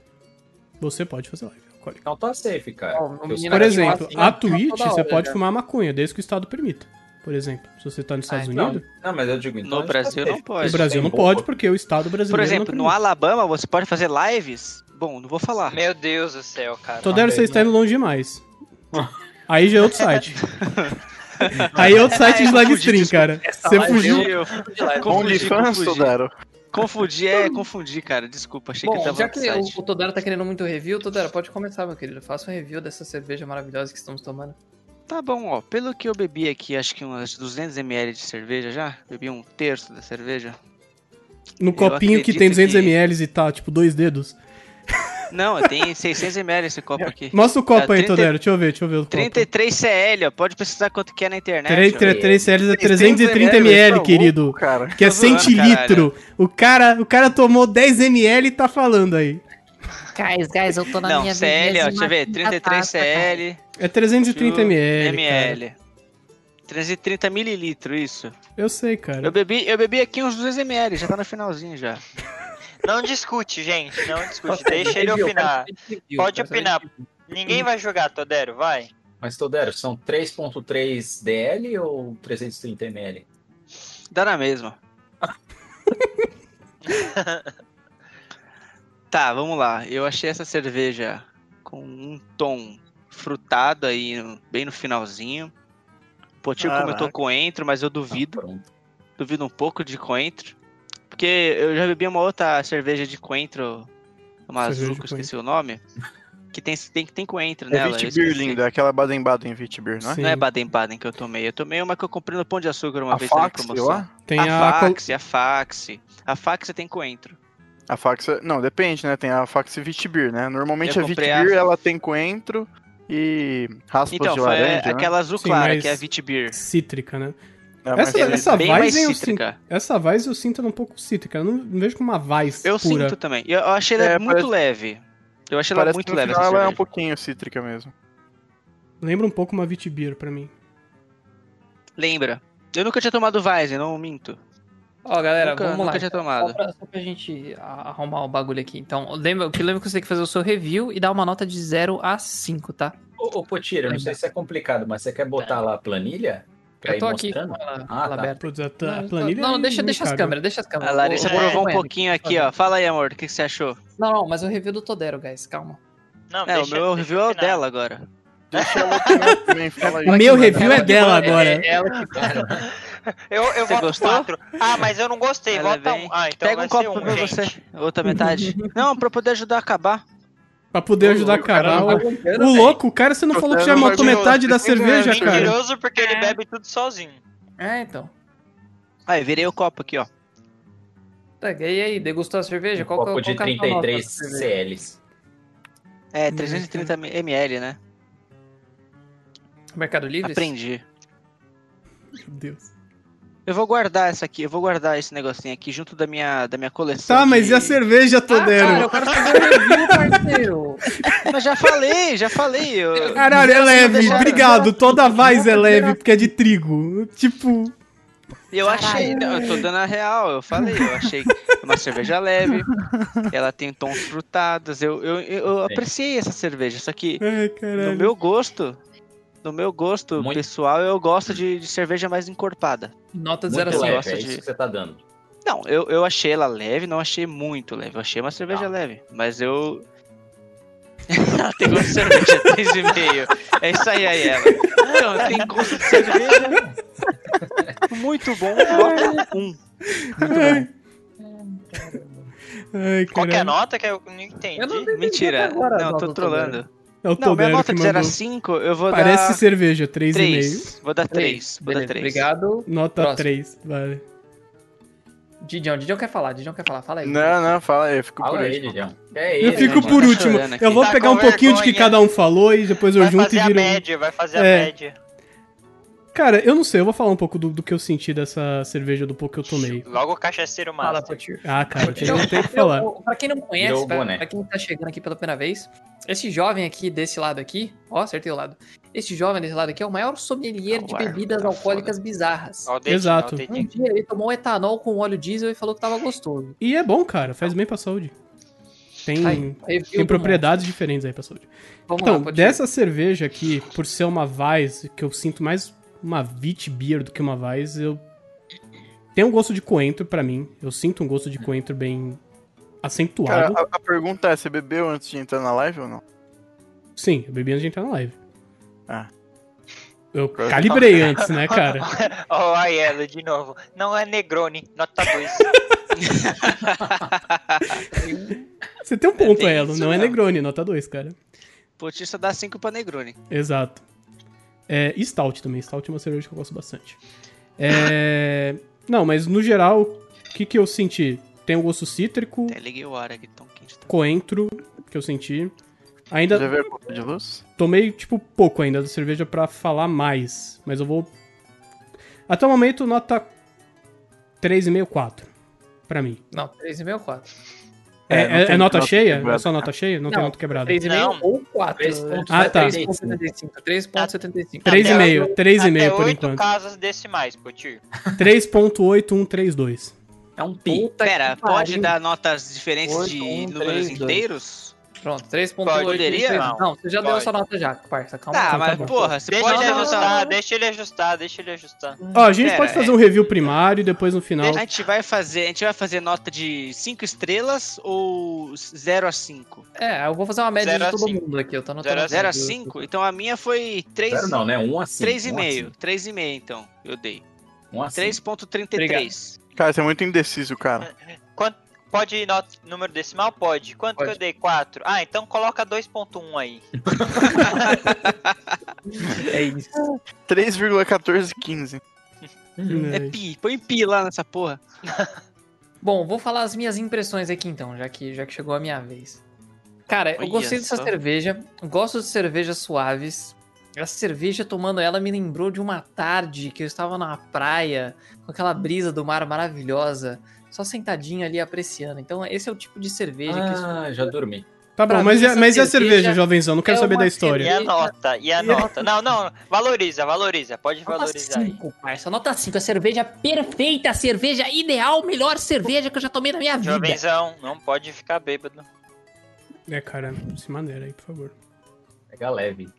[SPEAKER 3] você pode fazer live alcoólica.
[SPEAKER 2] Então tá safe, cara.
[SPEAKER 1] Ó, o
[SPEAKER 2] Eu
[SPEAKER 1] menino
[SPEAKER 2] só-
[SPEAKER 3] Por
[SPEAKER 1] Não,
[SPEAKER 3] exemplo,
[SPEAKER 1] tipo assim, tá
[SPEAKER 3] a
[SPEAKER 1] toda
[SPEAKER 3] Twitch você
[SPEAKER 1] hora,
[SPEAKER 3] pode
[SPEAKER 1] já.
[SPEAKER 3] fumar maconha, desde que o Estado permita. Por exemplo, se você tá nos
[SPEAKER 1] Ah,
[SPEAKER 3] Estados
[SPEAKER 2] Não,
[SPEAKER 3] Unidos,
[SPEAKER 2] não, mas eu digo, então a
[SPEAKER 8] No
[SPEAKER 2] gente tá
[SPEAKER 8] Brasil
[SPEAKER 2] safe.
[SPEAKER 8] não pode.
[SPEAKER 3] o
[SPEAKER 2] tem
[SPEAKER 3] Brasil não
[SPEAKER 2] roupa.
[SPEAKER 3] pode, porque o Estado brasileiro
[SPEAKER 8] Por exemplo,
[SPEAKER 3] não
[SPEAKER 8] no
[SPEAKER 3] permite.
[SPEAKER 8] Alabama você pode fazer lives? Bom, não vou falar.
[SPEAKER 7] Meu Deus do céu, cara.
[SPEAKER 3] Todero, você
[SPEAKER 2] Não.
[SPEAKER 8] né?
[SPEAKER 3] está indo longe demais. Aí já é outro site. Aí é outro site de live stream, cara. Você
[SPEAKER 1] live
[SPEAKER 3] fugiu.
[SPEAKER 8] Eu confundi,
[SPEAKER 6] OnlyFans,
[SPEAKER 8] confundi.
[SPEAKER 6] Todaro.
[SPEAKER 8] Confundi, é, confundi, cara. Desculpa, achei que
[SPEAKER 1] Então, Bom,
[SPEAKER 8] tava
[SPEAKER 1] já
[SPEAKER 8] no
[SPEAKER 1] que
[SPEAKER 8] site.
[SPEAKER 1] o, o Todaro tá querendo muito review, Todaro, pode começar, meu querido. Faça um review dessa cerveja maravilhosa que estamos tomando.
[SPEAKER 8] Tá bom, ó. Pelo que eu bebi aqui, acho que umas 200ml de cerveja já. Bebi um terço da cerveja.
[SPEAKER 3] No
[SPEAKER 8] Eu
[SPEAKER 3] copinho que tem
[SPEAKER 8] acredito
[SPEAKER 3] 200
[SPEAKER 8] que-
[SPEAKER 3] ml e tá, tipo, dois dedos.
[SPEAKER 8] Não, tem 600ml esse copo aqui.
[SPEAKER 3] Mostra o copo
[SPEAKER 8] Tá,
[SPEAKER 3] aí,
[SPEAKER 8] 30
[SPEAKER 3] Todero. Deixa eu ver, deixa eu ver o copo.
[SPEAKER 8] 33 CL, ó. Pode pesquisar quanto que é na internet. ó.
[SPEAKER 3] 33 ml é 330
[SPEAKER 6] 600
[SPEAKER 3] ml,
[SPEAKER 6] tá
[SPEAKER 3] querido.
[SPEAKER 6] louco, cara.
[SPEAKER 3] Que é
[SPEAKER 8] Tô zoando,
[SPEAKER 3] centilitro. O cara, o cara tomou 10 ml e tá falando aí.
[SPEAKER 4] Guys, guys, eu tô na
[SPEAKER 8] Não,
[SPEAKER 4] minha
[SPEAKER 8] CL, ó. Deixa eu ver. 33
[SPEAKER 4] 33
[SPEAKER 8] CL.
[SPEAKER 3] É 330 ml. cara.
[SPEAKER 8] ML. 330 mililitros, isso.
[SPEAKER 3] Eu sei, cara.
[SPEAKER 8] Eu bebi, eu bebi aqui uns 200 ml, já tá no finalzinho já.
[SPEAKER 7] Não discute, gente. Não discute. Deixa ele opinar. Pode opinar. Ninguém vai jogar, Todero, vai.
[SPEAKER 2] Mas, Todero, são 3.3 DL ou 330 ml?
[SPEAKER 8] Dá na mesma. tá, vamos lá. Eu achei essa cerveja com um tom frutado aí, no- bem no finalzinho. O Potinho
[SPEAKER 6] Caraca.
[SPEAKER 8] comentou coentro, mas eu duvido.
[SPEAKER 2] Ah, Pronto.
[SPEAKER 8] Duvido um pouco de coentro. Porque eu já bebi uma outra cerveja de coentro, uma
[SPEAKER 3] Cerveja
[SPEAKER 8] azul,
[SPEAKER 3] de
[SPEAKER 8] que eu esqueci o nome. Que tem, tem, tem coentro
[SPEAKER 6] É
[SPEAKER 8] nela. eu
[SPEAKER 6] Vitbeer
[SPEAKER 8] esqueci.
[SPEAKER 6] linda, aquela Baden-Baden Vitbeer, não é?
[SPEAKER 3] Sim.
[SPEAKER 8] Não é Baden-Baden que eu tomei. Eu tomei uma que eu comprei no Pão de Açúcar uma
[SPEAKER 6] A
[SPEAKER 8] vez lá na
[SPEAKER 6] Fax,
[SPEAKER 8] promoção.
[SPEAKER 6] eu a?
[SPEAKER 3] Tem
[SPEAKER 8] a,
[SPEAKER 3] a.
[SPEAKER 8] fax, a fax. A fax tem coentro.
[SPEAKER 6] A Fax, não, depende, né? Tem a Fax e Vitbeer, né? Normalmente
[SPEAKER 8] Eu
[SPEAKER 6] a
[SPEAKER 8] comprei
[SPEAKER 6] Vitbeer,
[SPEAKER 8] a-
[SPEAKER 6] ela tem coentro e raspas
[SPEAKER 8] Então,
[SPEAKER 6] de
[SPEAKER 8] foi
[SPEAKER 6] laranja, né?
[SPEAKER 8] aquela azul
[SPEAKER 3] Sim,
[SPEAKER 8] clara,
[SPEAKER 3] mas-
[SPEAKER 8] que é a Vitbeer.
[SPEAKER 3] Cítrica, né?
[SPEAKER 6] É, mas
[SPEAKER 3] Essa-
[SPEAKER 6] aí-
[SPEAKER 3] essa-
[SPEAKER 8] bem
[SPEAKER 3] Weiss
[SPEAKER 8] mais
[SPEAKER 3] eu
[SPEAKER 8] cítrica.
[SPEAKER 3] Essa Vaz eu sinto ela um pouco cítrica. Eu não, não vejo como uma Vaz
[SPEAKER 8] Eu
[SPEAKER 3] pura.
[SPEAKER 8] sinto também. Eu eu achei ela
[SPEAKER 6] É,
[SPEAKER 8] muito
[SPEAKER 6] parece-
[SPEAKER 8] leve. Eu achei ela
[SPEAKER 6] Parece
[SPEAKER 8] muito
[SPEAKER 6] que no
[SPEAKER 8] leve.
[SPEAKER 6] final
[SPEAKER 8] essa
[SPEAKER 6] ela é um
[SPEAKER 8] cerveja.
[SPEAKER 6] pouquinho cítrica mesmo.
[SPEAKER 3] Lembra um pouco uma Vitibir pra mim.
[SPEAKER 8] Lembra? Eu nunca tinha tomado Weizen, não minto.
[SPEAKER 1] Ó, galera,
[SPEAKER 8] nunca
[SPEAKER 1] vamos
[SPEAKER 8] nunca
[SPEAKER 1] lá.
[SPEAKER 8] tinha
[SPEAKER 1] Só
[SPEAKER 8] tomado.
[SPEAKER 1] pra, só pra gente a- arrumar o bagulho aqui. Então, lembra, que lembra que você tem que fazer o seu review e dar uma nota de 0 a 5, tá?
[SPEAKER 2] Ô, ô Potira, não sei se é complicado, mas você quer botar lá a planilha? Pra
[SPEAKER 1] Eu
[SPEAKER 2] ir
[SPEAKER 1] tô aqui com
[SPEAKER 2] mostrando?
[SPEAKER 1] ela,
[SPEAKER 2] Ah,
[SPEAKER 1] ela
[SPEAKER 2] tá.
[SPEAKER 1] aberta.
[SPEAKER 3] Putz, a, ta- a
[SPEAKER 1] Não,
[SPEAKER 3] planilha.
[SPEAKER 1] Não,
[SPEAKER 3] é
[SPEAKER 1] deixa, deixa as
[SPEAKER 3] impecável.
[SPEAKER 1] câmeras, deixa as câmeras.
[SPEAKER 8] A Larissa
[SPEAKER 1] Eu- eu-
[SPEAKER 8] provou um
[SPEAKER 1] eu-
[SPEAKER 8] pouquinho aqui, ó. Fala aí, amor, o que que você achou?
[SPEAKER 1] Não, não, mas o review do Todero, guys, calma.
[SPEAKER 7] Não,
[SPEAKER 8] É, o
[SPEAKER 7] deixa,
[SPEAKER 8] meu
[SPEAKER 7] deixa
[SPEAKER 8] review é o
[SPEAKER 7] opinar.
[SPEAKER 8] dela agora.
[SPEAKER 6] Deixa ela opinar também, fala aí.
[SPEAKER 3] O meu
[SPEAKER 6] Mano,
[SPEAKER 3] review é
[SPEAKER 6] ela-
[SPEAKER 3] dela agora.
[SPEAKER 1] É ela que
[SPEAKER 7] Eu, eu
[SPEAKER 8] Você
[SPEAKER 7] voto
[SPEAKER 8] gostou?
[SPEAKER 7] quatro. Ah, mas eu não gostei.
[SPEAKER 8] Ela
[SPEAKER 7] vota
[SPEAKER 8] vem.
[SPEAKER 7] um. Ah, então
[SPEAKER 8] Pega
[SPEAKER 7] vai
[SPEAKER 8] um copo
[SPEAKER 7] ser um,
[SPEAKER 8] pra
[SPEAKER 7] gente.
[SPEAKER 8] você, outra metade. não, pra poder ajudar a acabar.
[SPEAKER 3] Pra poder ajudar a
[SPEAKER 2] Ah,
[SPEAKER 1] Tá
[SPEAKER 3] cara. O, o louco, o cara, você não
[SPEAKER 6] Eu
[SPEAKER 3] falou que já
[SPEAKER 6] quero um
[SPEAKER 3] matou
[SPEAKER 6] mentiroso.
[SPEAKER 3] metade da
[SPEAKER 6] Eu quero um
[SPEAKER 3] cerveja, cara.
[SPEAKER 7] é Mentiroso porque
[SPEAKER 8] É.
[SPEAKER 7] ele bebe tudo sozinho.
[SPEAKER 1] É, então.
[SPEAKER 8] Aí, virei o copo aqui, ó.
[SPEAKER 1] Tá, e aí, degustou a cerveja?
[SPEAKER 2] Um
[SPEAKER 1] Qual, que é- qual,
[SPEAKER 2] copo de
[SPEAKER 1] que é a sua nota da
[SPEAKER 2] 33
[SPEAKER 1] cerveja?
[SPEAKER 2] CLs.
[SPEAKER 8] É, 330 ml, né?
[SPEAKER 1] Mercado Livre?
[SPEAKER 8] Aprendi.
[SPEAKER 3] Meu Deus.
[SPEAKER 8] Eu vou guardar essa aqui, eu vou guardar esse negocinho aqui junto da minha, da minha coleção.
[SPEAKER 3] Tá, mas
[SPEAKER 8] de-
[SPEAKER 3] e a cerveja, Todero?
[SPEAKER 1] Ah, cara, eu quero fazer um review, parceiro.
[SPEAKER 8] Mas já falei, já falei. Eu...
[SPEAKER 3] Caralho, é leve.
[SPEAKER 8] deixaram.
[SPEAKER 3] Obrigado. Toda voz é
[SPEAKER 1] Não,
[SPEAKER 3] leve, porque é de trigo. Tipo,
[SPEAKER 8] Eu achei, não, eu tô dando a real, eu falei, eu achei uma cerveja leve, ela tem tons frutados, eu, eu, eu apreciei essa cerveja, só que
[SPEAKER 3] ai,
[SPEAKER 8] no
[SPEAKER 3] caralho.
[SPEAKER 8] meu gosto, no meu gosto
[SPEAKER 2] Muito.
[SPEAKER 8] pessoal, eu gosto de, de cerveja mais encorpada.
[SPEAKER 1] Nota assim, de
[SPEAKER 2] Muito
[SPEAKER 1] 0 a 100.
[SPEAKER 2] leve,
[SPEAKER 8] gosta
[SPEAKER 2] é
[SPEAKER 8] de-
[SPEAKER 2] isso que você tá dando.
[SPEAKER 8] Não, eu, eu achei ela leve, não achei muito leve, eu achei uma cerveja
[SPEAKER 2] Tá.
[SPEAKER 8] leve, mas eu... ela tem gosto de cerveja 3,5, é isso aí, aí ela. Não, tem gosto de cerveja muito bom, bota um.
[SPEAKER 3] Ai. Ai,
[SPEAKER 7] né? Qual que é a
[SPEAKER 3] caralho.
[SPEAKER 7] nota que eu não entendi?
[SPEAKER 1] Eu não entendi
[SPEAKER 8] Mentira,
[SPEAKER 1] até agora,
[SPEAKER 8] não, tô
[SPEAKER 1] Donald
[SPEAKER 8] trolando.
[SPEAKER 3] É o
[SPEAKER 8] Não, minha
[SPEAKER 3] Todero
[SPEAKER 8] nota
[SPEAKER 3] que
[SPEAKER 8] de 0 a
[SPEAKER 3] mandou.
[SPEAKER 8] 5, eu
[SPEAKER 7] é
[SPEAKER 8] vou
[SPEAKER 3] Parece
[SPEAKER 8] dar
[SPEAKER 3] cerveja, 3,5.
[SPEAKER 8] 3. Vou dar 3. Vou dar
[SPEAKER 1] Beleza,
[SPEAKER 8] 3.
[SPEAKER 1] Obrigado.
[SPEAKER 3] Nota
[SPEAKER 1] Próximo.
[SPEAKER 3] 3, vale.
[SPEAKER 1] Didião, Didião quer falar, Didião quer falar, fala aí.
[SPEAKER 6] Não, não, fala aí, eu fico por
[SPEAKER 2] Fala
[SPEAKER 6] aí.
[SPEAKER 2] aí, Lidião. É
[SPEAKER 3] Eu
[SPEAKER 2] ele,
[SPEAKER 3] fico
[SPEAKER 2] gente.
[SPEAKER 8] tá
[SPEAKER 3] por último.
[SPEAKER 8] chorando aqui.
[SPEAKER 3] Eu vou
[SPEAKER 7] Tá
[SPEAKER 3] pegar um
[SPEAKER 7] com
[SPEAKER 3] pouquinho de que
[SPEAKER 7] vergonha.
[SPEAKER 3] cada um falou e depois eu
[SPEAKER 7] Vai
[SPEAKER 3] junto
[SPEAKER 7] fazer
[SPEAKER 3] e
[SPEAKER 7] a
[SPEAKER 3] viro.
[SPEAKER 7] média, vai fazer a
[SPEAKER 3] É.
[SPEAKER 7] média.
[SPEAKER 3] Cara, eu não sei, eu vou falar um pouco do, do que eu senti dessa cerveja, do pouco que eu tomei.
[SPEAKER 7] Logo o cachaceiro
[SPEAKER 1] Fala,
[SPEAKER 7] master.
[SPEAKER 1] Potir.
[SPEAKER 3] Ah, cara, eu
[SPEAKER 1] Então,
[SPEAKER 3] não tenho o que falar.
[SPEAKER 1] eu- Pra quem não
[SPEAKER 2] Virou
[SPEAKER 1] conhece,
[SPEAKER 2] o
[SPEAKER 1] pra,
[SPEAKER 2] boné.
[SPEAKER 1] pra quem tá chegando aqui pela primeira vez, esse jovem aqui desse lado aqui, ó, acertei o lado. Este jovem desse lado aqui é o maior sommelier de
[SPEAKER 8] Ué,
[SPEAKER 1] bebidas
[SPEAKER 8] tá
[SPEAKER 1] alcoólicas bizarras.
[SPEAKER 7] Ó, o dedinho,
[SPEAKER 3] Exato.
[SPEAKER 7] ó, o
[SPEAKER 1] Um
[SPEAKER 7] dedinho.
[SPEAKER 1] dia ele tomou etanol com óleo diesel e falou que tava gostoso.
[SPEAKER 3] E é bom, cara, faz bem pra saúde. Tem,
[SPEAKER 1] Aí, review
[SPEAKER 3] tem
[SPEAKER 1] do
[SPEAKER 3] propriedades diferentes aí pra saúde.
[SPEAKER 1] mundo. Vamos
[SPEAKER 3] Então,
[SPEAKER 1] lá, Potir.
[SPEAKER 3] dessa cerveja aqui, por ser uma Weiss, que eu sinto mais uma Vit Beer do que uma Weiss, eu tem um gosto de coentro pra mim. Eu sinto um gosto de coentro bem
[SPEAKER 6] Cara,
[SPEAKER 3] acentuado.
[SPEAKER 6] a, a pergunta é, você bebeu antes de entrar na live ou não?
[SPEAKER 3] Sim, eu bebi antes de entrar na live.
[SPEAKER 6] Ah.
[SPEAKER 3] Eu calibrei antes, né, cara?
[SPEAKER 7] Ó, a Yellow de novo. Não é Negroni, nota 2.
[SPEAKER 3] Você tem um ponto,
[SPEAKER 8] tem
[SPEAKER 3] Elo.
[SPEAKER 8] isso
[SPEAKER 3] Não é
[SPEAKER 8] mesmo.
[SPEAKER 3] Negroni, nota 2, cara.
[SPEAKER 8] Potista dá 5 pra Negroni.
[SPEAKER 3] Exato. É, e Stout também. Stout é uma cerveja que eu gosto bastante. É, não, mas no geral, o que, que eu senti? Tem um gosto cítrico,
[SPEAKER 8] Até liguei o ar aqui, tão quente. Tá.
[SPEAKER 3] coentro que eu senti.
[SPEAKER 6] Já
[SPEAKER 3] Ainda
[SPEAKER 6] viu a conta de luz?
[SPEAKER 3] tomei, tipo, pouco ainda da cerveja pra falar mais. Mas eu vou. Até o momento, nota 3,5, 4. Pra mim.
[SPEAKER 1] Não, 3,5 ou 4.
[SPEAKER 3] É,
[SPEAKER 6] É, não
[SPEAKER 3] é-
[SPEAKER 6] tem
[SPEAKER 3] é nota
[SPEAKER 6] nota
[SPEAKER 3] cheia?
[SPEAKER 6] quebrada.
[SPEAKER 3] É só nota cheia? Não, tem
[SPEAKER 1] Não,
[SPEAKER 3] nota quebrada.
[SPEAKER 1] 3,5
[SPEAKER 7] Não.
[SPEAKER 1] ou né? 4.
[SPEAKER 2] Três pontos
[SPEAKER 3] Ah, tá.
[SPEAKER 1] 3,75. 3,75.
[SPEAKER 7] Três e
[SPEAKER 3] 3,5, 3,5
[SPEAKER 7] Até
[SPEAKER 3] por
[SPEAKER 7] oito
[SPEAKER 3] enquanto.
[SPEAKER 7] casas decimais, Potir.
[SPEAKER 3] 3.8132.
[SPEAKER 2] É um pi.
[SPEAKER 1] Puta que
[SPEAKER 8] Pera, pode
[SPEAKER 1] pariu.
[SPEAKER 8] dar notas diferentes de
[SPEAKER 1] Oito, um,
[SPEAKER 8] números
[SPEAKER 1] três, dois.
[SPEAKER 8] inteiros?
[SPEAKER 1] Pronto,
[SPEAKER 7] Poderia?
[SPEAKER 1] 3.8. Não, você já deu
[SPEAKER 7] Pode.
[SPEAKER 1] a sua nota já, parça. Calma.
[SPEAKER 8] Tá,
[SPEAKER 3] tá
[SPEAKER 1] aí.
[SPEAKER 8] mas
[SPEAKER 3] bom.
[SPEAKER 8] porra, você
[SPEAKER 7] Deixa
[SPEAKER 8] pode
[SPEAKER 7] ele
[SPEAKER 8] dar
[SPEAKER 7] ajustar,
[SPEAKER 8] nota.
[SPEAKER 7] deixa ele ajustar, deixa ele ajustar.
[SPEAKER 3] Ó, a gente
[SPEAKER 8] Pera,
[SPEAKER 3] pode fazer
[SPEAKER 8] é-
[SPEAKER 3] um review primário e depois no final.
[SPEAKER 8] A gente vai fazer, a gente vai fazer nota de 5 estrelas ou 0 a 5?
[SPEAKER 1] É, eu vou fazer uma média
[SPEAKER 7] Zero
[SPEAKER 1] de
[SPEAKER 7] a
[SPEAKER 1] todo
[SPEAKER 7] cinco.
[SPEAKER 1] mundo aqui. Eu tô anotando.
[SPEAKER 7] Zero a
[SPEAKER 1] aqui.
[SPEAKER 8] 0 a 5? Então a minha foi
[SPEAKER 2] Zero
[SPEAKER 8] 3
[SPEAKER 2] não, né? Um a cinco.
[SPEAKER 8] 3,5. 3,5 então, eu dei.
[SPEAKER 2] Um
[SPEAKER 6] Ah,
[SPEAKER 2] a cinco.
[SPEAKER 8] 3.33.
[SPEAKER 6] Cara, você é muito indeciso, cara.
[SPEAKER 7] Quanto, pode ir no, número decimal? Pode. Quanto
[SPEAKER 1] Pode.
[SPEAKER 7] que eu dei? 4. Ah, então coloca 2.1 aí.
[SPEAKER 1] É isso.
[SPEAKER 6] 3,1415.
[SPEAKER 8] É
[SPEAKER 3] Né?
[SPEAKER 8] pi, põe pi lá nessa porra.
[SPEAKER 1] Bom, vou falar as minhas impressões aqui então, já que, já que chegou a minha vez. Cara, eu
[SPEAKER 8] Olha
[SPEAKER 1] gostei dessa
[SPEAKER 8] só.
[SPEAKER 1] cerveja. Gosto de cervejas suaves. Essa cerveja, tomando ela, me lembrou de uma tarde que eu estava na praia, com aquela brisa do mar maravilhosa, só sentadinho ali apreciando. Então, esse é o tipo de cerveja que
[SPEAKER 2] Ah, já dormi.
[SPEAKER 3] Tá
[SPEAKER 1] Pra
[SPEAKER 3] bom, mas,
[SPEAKER 1] mim,
[SPEAKER 3] e a-
[SPEAKER 1] essa
[SPEAKER 3] mas e a
[SPEAKER 1] cerveja
[SPEAKER 3] cerveja, jovenzão? Não quero
[SPEAKER 1] é
[SPEAKER 3] saber
[SPEAKER 1] uma
[SPEAKER 3] da história.
[SPEAKER 7] E a
[SPEAKER 1] Beleza.
[SPEAKER 7] nota, e a
[SPEAKER 3] E a-
[SPEAKER 7] nota. Não, não, valoriza, valoriza. Pode
[SPEAKER 1] Nota
[SPEAKER 7] valorizar aí.
[SPEAKER 1] 5, parça. Nota 5. A cerveja perfeita, a cerveja ideal, melhor cerveja que eu já tomei na minha vida.
[SPEAKER 7] Jovenzão, não pode ficar bêbado.
[SPEAKER 3] É, cara, se maneira aí, por favor.
[SPEAKER 2] Pega leve.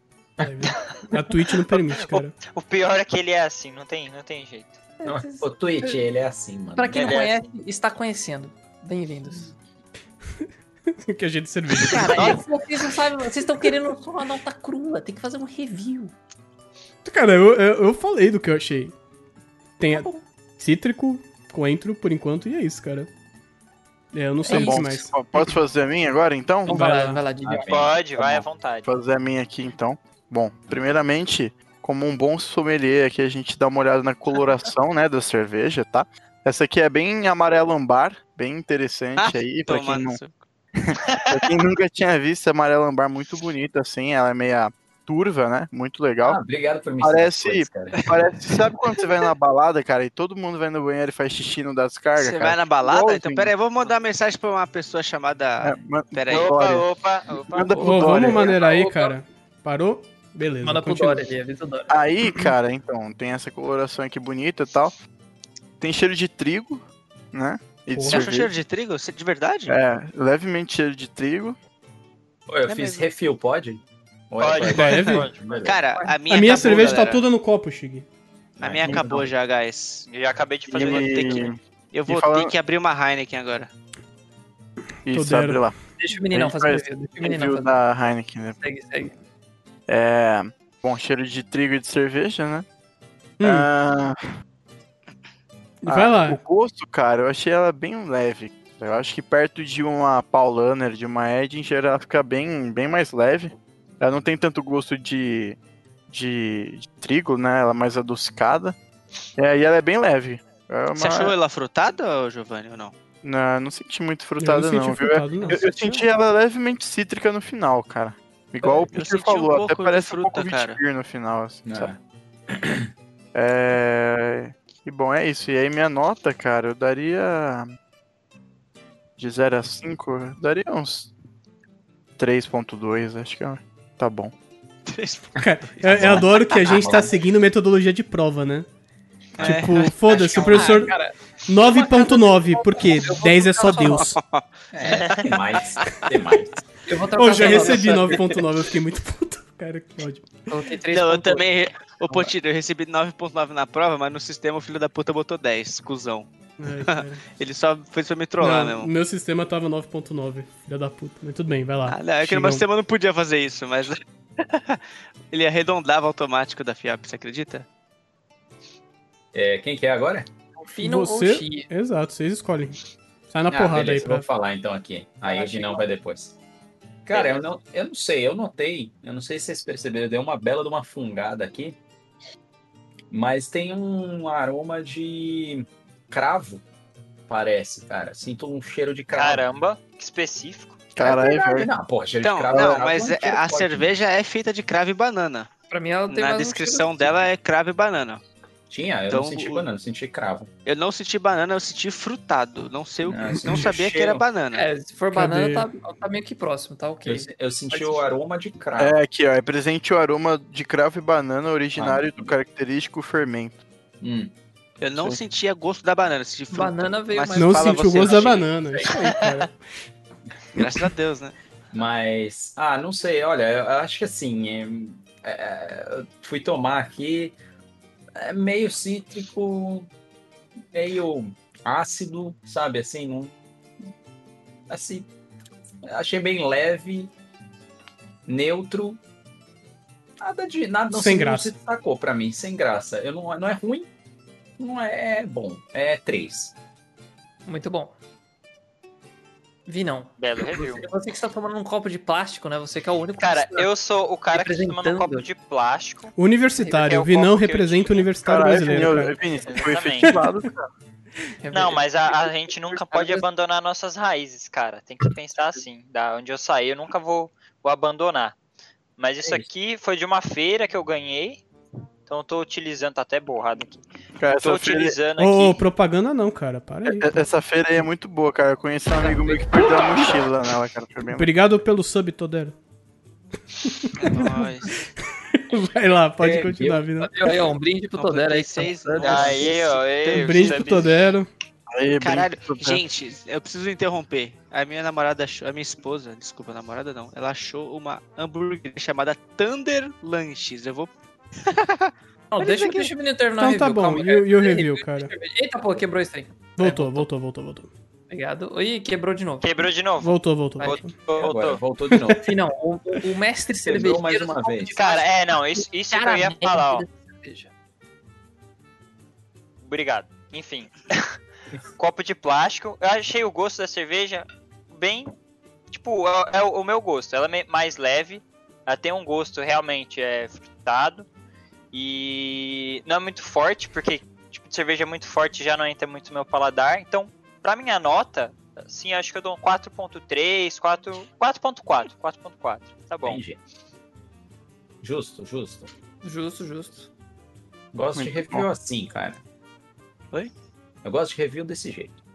[SPEAKER 3] A Twitch não permite, cara.
[SPEAKER 7] O pior é que ele é assim, não tem, não tem jeito.
[SPEAKER 2] Não, O Twitch, ele é assim, mano.
[SPEAKER 1] Pra quem não
[SPEAKER 7] Ele é
[SPEAKER 1] conhece, está conhecendo. Bem-vindos.
[SPEAKER 3] que a gente serviu.
[SPEAKER 1] Cara, vocês não sabem, vocês estão querendo só uma nota crua, tem que fazer um review.
[SPEAKER 3] Cara, eu, eu, eu falei do que eu achei. Tem a- cítrico, coentro, por enquanto, e é isso, cara. É, eu não sei
[SPEAKER 6] Tá
[SPEAKER 1] É
[SPEAKER 3] muito
[SPEAKER 1] isso.
[SPEAKER 3] mais.
[SPEAKER 6] Então, Ó, Posso fazer a minha agora, então?
[SPEAKER 1] Então
[SPEAKER 3] Vai
[SPEAKER 1] vai
[SPEAKER 3] lá.
[SPEAKER 1] lá, vai lá,
[SPEAKER 2] Ah,
[SPEAKER 1] Didi.
[SPEAKER 2] bem.
[SPEAKER 7] assim. Pode,
[SPEAKER 2] Tá
[SPEAKER 7] vai à
[SPEAKER 2] bom.
[SPEAKER 7] vontade.
[SPEAKER 6] fazer a minha aqui então. Bom, primeiramente, como um bom sommelier, aqui a gente dá uma olhada na coloração, né, da cerveja, tá? Essa aqui é bem amarelo ambar, bem interessante
[SPEAKER 8] Ah,
[SPEAKER 6] aí, pra
[SPEAKER 8] Tomar
[SPEAKER 6] quem,
[SPEAKER 8] no
[SPEAKER 6] nu-
[SPEAKER 8] seu-
[SPEAKER 6] pra quem nunca tinha visto, é amarelo ambar muito bonita assim, ela é meia turva, né? Muito legal.
[SPEAKER 2] Ah, obrigado por me
[SPEAKER 6] Parece-
[SPEAKER 2] ensinar essas coisas,
[SPEAKER 6] Parece, sabe quando você vai na balada, cara, e todo mundo vai no banheiro e faz xixi no descarga,
[SPEAKER 8] Você
[SPEAKER 6] cara?
[SPEAKER 8] vai na balada?
[SPEAKER 6] Igualzinho.
[SPEAKER 8] Então, pera aí, vou mandar uma mensagem pra uma pessoa chamada.
[SPEAKER 6] É, ma-
[SPEAKER 8] Pera aí.
[SPEAKER 7] Opa,
[SPEAKER 6] Dória.
[SPEAKER 7] opa, opa.
[SPEAKER 6] Manda
[SPEAKER 3] Ô,
[SPEAKER 6] pro Dória.
[SPEAKER 3] vamos maneirar aí,
[SPEAKER 1] Opa.
[SPEAKER 3] cara. Parou? Beleza.
[SPEAKER 1] Manda pro
[SPEAKER 3] continua.
[SPEAKER 1] Dória ali, avisa o Dória.
[SPEAKER 6] Aí, cara, então, tem essa coloração aqui bonita e tal. Tem cheiro de trigo, né? E de
[SPEAKER 3] Porra.
[SPEAKER 8] Você achou cheiro
[SPEAKER 6] cerveja.
[SPEAKER 8] de trigo? Você- De verdade?
[SPEAKER 6] É, levemente cheiro de trigo.
[SPEAKER 2] Pô, eu
[SPEAKER 8] É
[SPEAKER 2] fiz
[SPEAKER 8] mesmo.
[SPEAKER 2] refil, pode? Ou
[SPEAKER 7] Pode.
[SPEAKER 2] é
[SPEAKER 3] Deve?
[SPEAKER 2] Melhor.
[SPEAKER 8] Cara, a minha.
[SPEAKER 3] a minha
[SPEAKER 8] acabou,
[SPEAKER 3] cerveja
[SPEAKER 8] galera.
[SPEAKER 3] tá toda no copo, Shig.
[SPEAKER 8] A minha acabou já, guys.
[SPEAKER 7] Eu já acabei de fazer
[SPEAKER 8] E-
[SPEAKER 7] uma
[SPEAKER 6] é
[SPEAKER 8] ter que- Eu vou
[SPEAKER 6] falando-
[SPEAKER 8] ter que abrir uma Heineken agora.
[SPEAKER 6] Isso,
[SPEAKER 3] Todero.
[SPEAKER 6] abre lá.
[SPEAKER 1] Deixa o meninão
[SPEAKER 6] A gente
[SPEAKER 1] fazer o
[SPEAKER 6] faz-
[SPEAKER 1] review. Deixa o meninão fazer.
[SPEAKER 6] Review
[SPEAKER 8] tá?
[SPEAKER 6] da Heineken, né?
[SPEAKER 1] Segue, segue.
[SPEAKER 6] É. Bom, cheiro de trigo e de cerveja, né?
[SPEAKER 3] Hum,
[SPEAKER 6] Ah,
[SPEAKER 3] vai
[SPEAKER 6] ah,
[SPEAKER 3] lá.
[SPEAKER 6] O gosto, cara, eu achei ela bem leve. Eu acho que perto de uma Paulaner, de uma Edinger, ela fica bem, bem mais leve. Ela não tem tanto gosto de, de, de trigo, né? Ela é mais adocicada. É, e ela é bem leve. É uma-
[SPEAKER 8] Você achou ela frutada, ô, Giovanni, ou não?
[SPEAKER 6] Não, não senti muito
[SPEAKER 3] Eu
[SPEAKER 6] frutada, não,
[SPEAKER 3] senti
[SPEAKER 6] viu? É,
[SPEAKER 3] frutado, tá não.
[SPEAKER 6] Eu, eu senti ela levemente cítrica no final, cara. Igual o Peter
[SPEAKER 8] senti um
[SPEAKER 6] falou, até
[SPEAKER 8] pouco de
[SPEAKER 6] parece um
[SPEAKER 8] fruta,
[SPEAKER 6] pouco
[SPEAKER 8] cara.
[SPEAKER 6] Vitibir no final, assim,
[SPEAKER 2] Não,
[SPEAKER 6] sabe? É... Que bom, é isso. E aí minha nota, cara, eu daria... De 0 a 5, eu daria uns 3.2, acho que é- tá bom.
[SPEAKER 8] É,
[SPEAKER 3] Cara, eu, eu adoro que a gente tá seguindo metodologia de prova, né?
[SPEAKER 6] É.
[SPEAKER 3] tipo,
[SPEAKER 6] um
[SPEAKER 3] foda-se, o
[SPEAKER 6] Ah,
[SPEAKER 3] professor
[SPEAKER 1] cara,
[SPEAKER 3] 9.9, por quê? 10 é só Deus.
[SPEAKER 2] É, tem mais, tem mais.
[SPEAKER 1] eu vou trocar
[SPEAKER 3] Pô, já
[SPEAKER 1] essa nota,
[SPEAKER 3] recebi
[SPEAKER 1] sabe?
[SPEAKER 3] 9.9, eu fiquei muito puto. Cara, que ódio.
[SPEAKER 1] Eu botei três
[SPEAKER 8] Não, eu
[SPEAKER 1] pontos.
[SPEAKER 8] também. Ô, Potilho, eu recebi 9.9 na prova, mas no sistema o filho da puta botou 10, cuzão.
[SPEAKER 3] Ai, cara.
[SPEAKER 8] Ele só fez pra me trollar
[SPEAKER 3] Não,
[SPEAKER 8] mesmo.
[SPEAKER 3] meu sistema tava 9.9, filha da puta. Mas tudo bem, vai lá.
[SPEAKER 8] Ah, não, é que no
[SPEAKER 3] Chigão.
[SPEAKER 8] meu sistema eu não podia fazer isso, mas. Ele arredondava automático da FIAP, você acredita?
[SPEAKER 2] É, quem que é agora?
[SPEAKER 1] Fino
[SPEAKER 3] Você-
[SPEAKER 1] ou chia?
[SPEAKER 3] Exato, vocês escolhem. Sai na
[SPEAKER 2] Ah,
[SPEAKER 3] porrada
[SPEAKER 2] beleza,
[SPEAKER 3] aí
[SPEAKER 2] eu vou
[SPEAKER 3] pra.
[SPEAKER 2] falar então aqui. Aí o Dinão vai depois. Cara, eu não, eu não sei, eu notei, eu não sei se vocês perceberam, deu uma bela de uma fungada aqui, mas tem um aroma de cravo, parece, cara. Sinto um cheiro de cravo. É
[SPEAKER 7] Caramba, que específico.
[SPEAKER 6] Caralho,
[SPEAKER 2] Verdade,
[SPEAKER 6] velho.
[SPEAKER 2] Não, pô, cheiro
[SPEAKER 8] Então,
[SPEAKER 2] de cravo.
[SPEAKER 8] não,
[SPEAKER 2] cravo
[SPEAKER 8] mas
[SPEAKER 2] é um
[SPEAKER 8] é-
[SPEAKER 2] cheiro
[SPEAKER 8] a
[SPEAKER 2] forte.
[SPEAKER 8] cerveja é feita de cravo e banana.
[SPEAKER 1] Pra mim ela tem mais
[SPEAKER 8] Na
[SPEAKER 1] um
[SPEAKER 8] descrição
[SPEAKER 1] cheiro-
[SPEAKER 8] dela é cravo e banana.
[SPEAKER 2] Tinha, eu
[SPEAKER 8] Então,
[SPEAKER 2] não senti
[SPEAKER 8] o-
[SPEAKER 2] banana, eu senti cravo.
[SPEAKER 8] Eu não senti banana, eu senti frutado. Não sei o
[SPEAKER 2] Ah,
[SPEAKER 8] que.
[SPEAKER 2] senti
[SPEAKER 8] Não sabia que era
[SPEAKER 2] cheiro.
[SPEAKER 8] banana.
[SPEAKER 1] É, se for
[SPEAKER 3] Cadê?
[SPEAKER 1] banana, tá, tá meio que próximo, tá ok.
[SPEAKER 2] Eu, se- eu senti
[SPEAKER 1] Faz
[SPEAKER 2] o
[SPEAKER 1] sentido.
[SPEAKER 2] aroma de cravo.
[SPEAKER 6] É aqui, ó. É presente o aroma de cravo e banana originário
[SPEAKER 2] Ah.
[SPEAKER 6] do característico fermento.
[SPEAKER 2] Hum.
[SPEAKER 8] Eu não
[SPEAKER 6] Sim.
[SPEAKER 8] sentia gosto da banana, eu senti fruta.
[SPEAKER 1] Banana veio
[SPEAKER 8] Mas
[SPEAKER 1] mais
[SPEAKER 3] Não
[SPEAKER 8] fala
[SPEAKER 3] senti o
[SPEAKER 8] você,
[SPEAKER 3] gosto da
[SPEAKER 8] Shig.
[SPEAKER 3] banana. É Isso aí, cara.
[SPEAKER 8] Graças a Deus, né?
[SPEAKER 2] Mas, ah, não sei, olha, eu acho que assim, é, é, eu fui tomar aqui, é meio cítrico, meio ácido, sabe, assim, não, assim, achei bem leve, neutro, nada de, nada, não,
[SPEAKER 3] Sem
[SPEAKER 2] se- não
[SPEAKER 3] graça.
[SPEAKER 2] se destacou pra mim, sem graça, eu não, não é ruim, não é bom, é três.
[SPEAKER 1] Muito bom. Vi não.
[SPEAKER 7] Belo review.
[SPEAKER 1] Você, você que está tomando um copo de plástico, né? Você que é o único.
[SPEAKER 7] Cara,
[SPEAKER 1] que está-
[SPEAKER 7] eu sou o cara que toma num
[SPEAKER 1] Representando.
[SPEAKER 7] copo de plástico.
[SPEAKER 3] Universitário,
[SPEAKER 7] É o
[SPEAKER 3] o Vinão
[SPEAKER 7] copo que eu
[SPEAKER 3] representa o
[SPEAKER 7] tinha.
[SPEAKER 3] universitário
[SPEAKER 6] Caralho, Vini,
[SPEAKER 3] brasileiro. cara.
[SPEAKER 6] eu- Vini, você foi
[SPEAKER 7] Exatamente.
[SPEAKER 6] efetivado, cara.
[SPEAKER 1] É
[SPEAKER 7] Não, mas a, a gente nunca pode abandonar nossas raízes, cara. Tem que pensar assim. Da onde eu saí, eu nunca vou, vou abandonar. Mas isso
[SPEAKER 2] É isso.
[SPEAKER 7] aqui foi de uma feira que eu ganhei. Então eu tô utilizando, tá até borrado aqui.
[SPEAKER 6] Cara,
[SPEAKER 7] Tô
[SPEAKER 6] essa feira-
[SPEAKER 7] utilizando
[SPEAKER 3] Ô, ô,
[SPEAKER 7] aqui.
[SPEAKER 3] propaganda não, cara. Para aí.
[SPEAKER 6] É- Essa feira aí é muito boa, cara. Eu conheci um amigo meu que perdeu a mochila nela, cara. Foi bem louco.
[SPEAKER 3] Obrigado pelo sub, Todero.
[SPEAKER 8] Nós.
[SPEAKER 3] Vai lá, pode
[SPEAKER 2] É,
[SPEAKER 3] continuar, Vinão.
[SPEAKER 1] Valeu aí, ó, um brinde pro Todera aí. que tá
[SPEAKER 8] Seis-
[SPEAKER 1] gostando.
[SPEAKER 8] Ah,
[SPEAKER 7] Aí, ó. ei,
[SPEAKER 3] Um brinde pro
[SPEAKER 7] sabe-
[SPEAKER 3] Todero.
[SPEAKER 6] Aí,
[SPEAKER 8] Caralho,
[SPEAKER 6] É bem- né?
[SPEAKER 8] gente, eu preciso interromper. A minha namorada achou, a minha esposa, desculpa, namorada não, ela achou uma hambúrguer chamada Thunder Lanches. Eu vou.
[SPEAKER 1] Não,
[SPEAKER 8] Mas
[SPEAKER 1] deixa,
[SPEAKER 8] isso aqui-
[SPEAKER 1] deixa o menino terminar
[SPEAKER 3] Então
[SPEAKER 1] o review.
[SPEAKER 3] tá bom,
[SPEAKER 1] calma,
[SPEAKER 3] e
[SPEAKER 1] cara.
[SPEAKER 3] o e o review, cara?
[SPEAKER 1] Eita, pô, quebrou esse trem.
[SPEAKER 3] Voltou, voltou, voltou, voltou.
[SPEAKER 1] Obrigado. Ih, quebrou de novo.
[SPEAKER 7] Quebrou de novo.
[SPEAKER 3] Voltou, voltou.
[SPEAKER 1] Vai.
[SPEAKER 3] voltou.
[SPEAKER 2] Agora,
[SPEAKER 7] Voltou.
[SPEAKER 2] voltou de novo.
[SPEAKER 1] Enfim, não, o, o- o mestre cervejeiro...
[SPEAKER 2] Quebrou mais uma vez.
[SPEAKER 7] Cara, é, não, isso, isso que eu ia falar, ó. Obrigado. Enfim. Copo de plástico. Eu achei o gosto da cerveja bem. Tipo, é, é o o meu gosto. Ela é me- mais leve. Ela tem um gosto realmente é, frutado. E não é muito forte, porque tipo de cerveja muito forte já não entra muito no meu paladar. Então, pra minha nota, assim, acho que eu dou um 4.3, 4. 4.4. 4.4. Tá bom.
[SPEAKER 2] Entendi. Justo, justo.
[SPEAKER 1] Justo, justo.
[SPEAKER 2] Gosto de
[SPEAKER 6] Muito
[SPEAKER 2] review
[SPEAKER 6] bom.
[SPEAKER 2] assim, cara.
[SPEAKER 5] Oi?
[SPEAKER 2] Eu gosto de review desse jeito.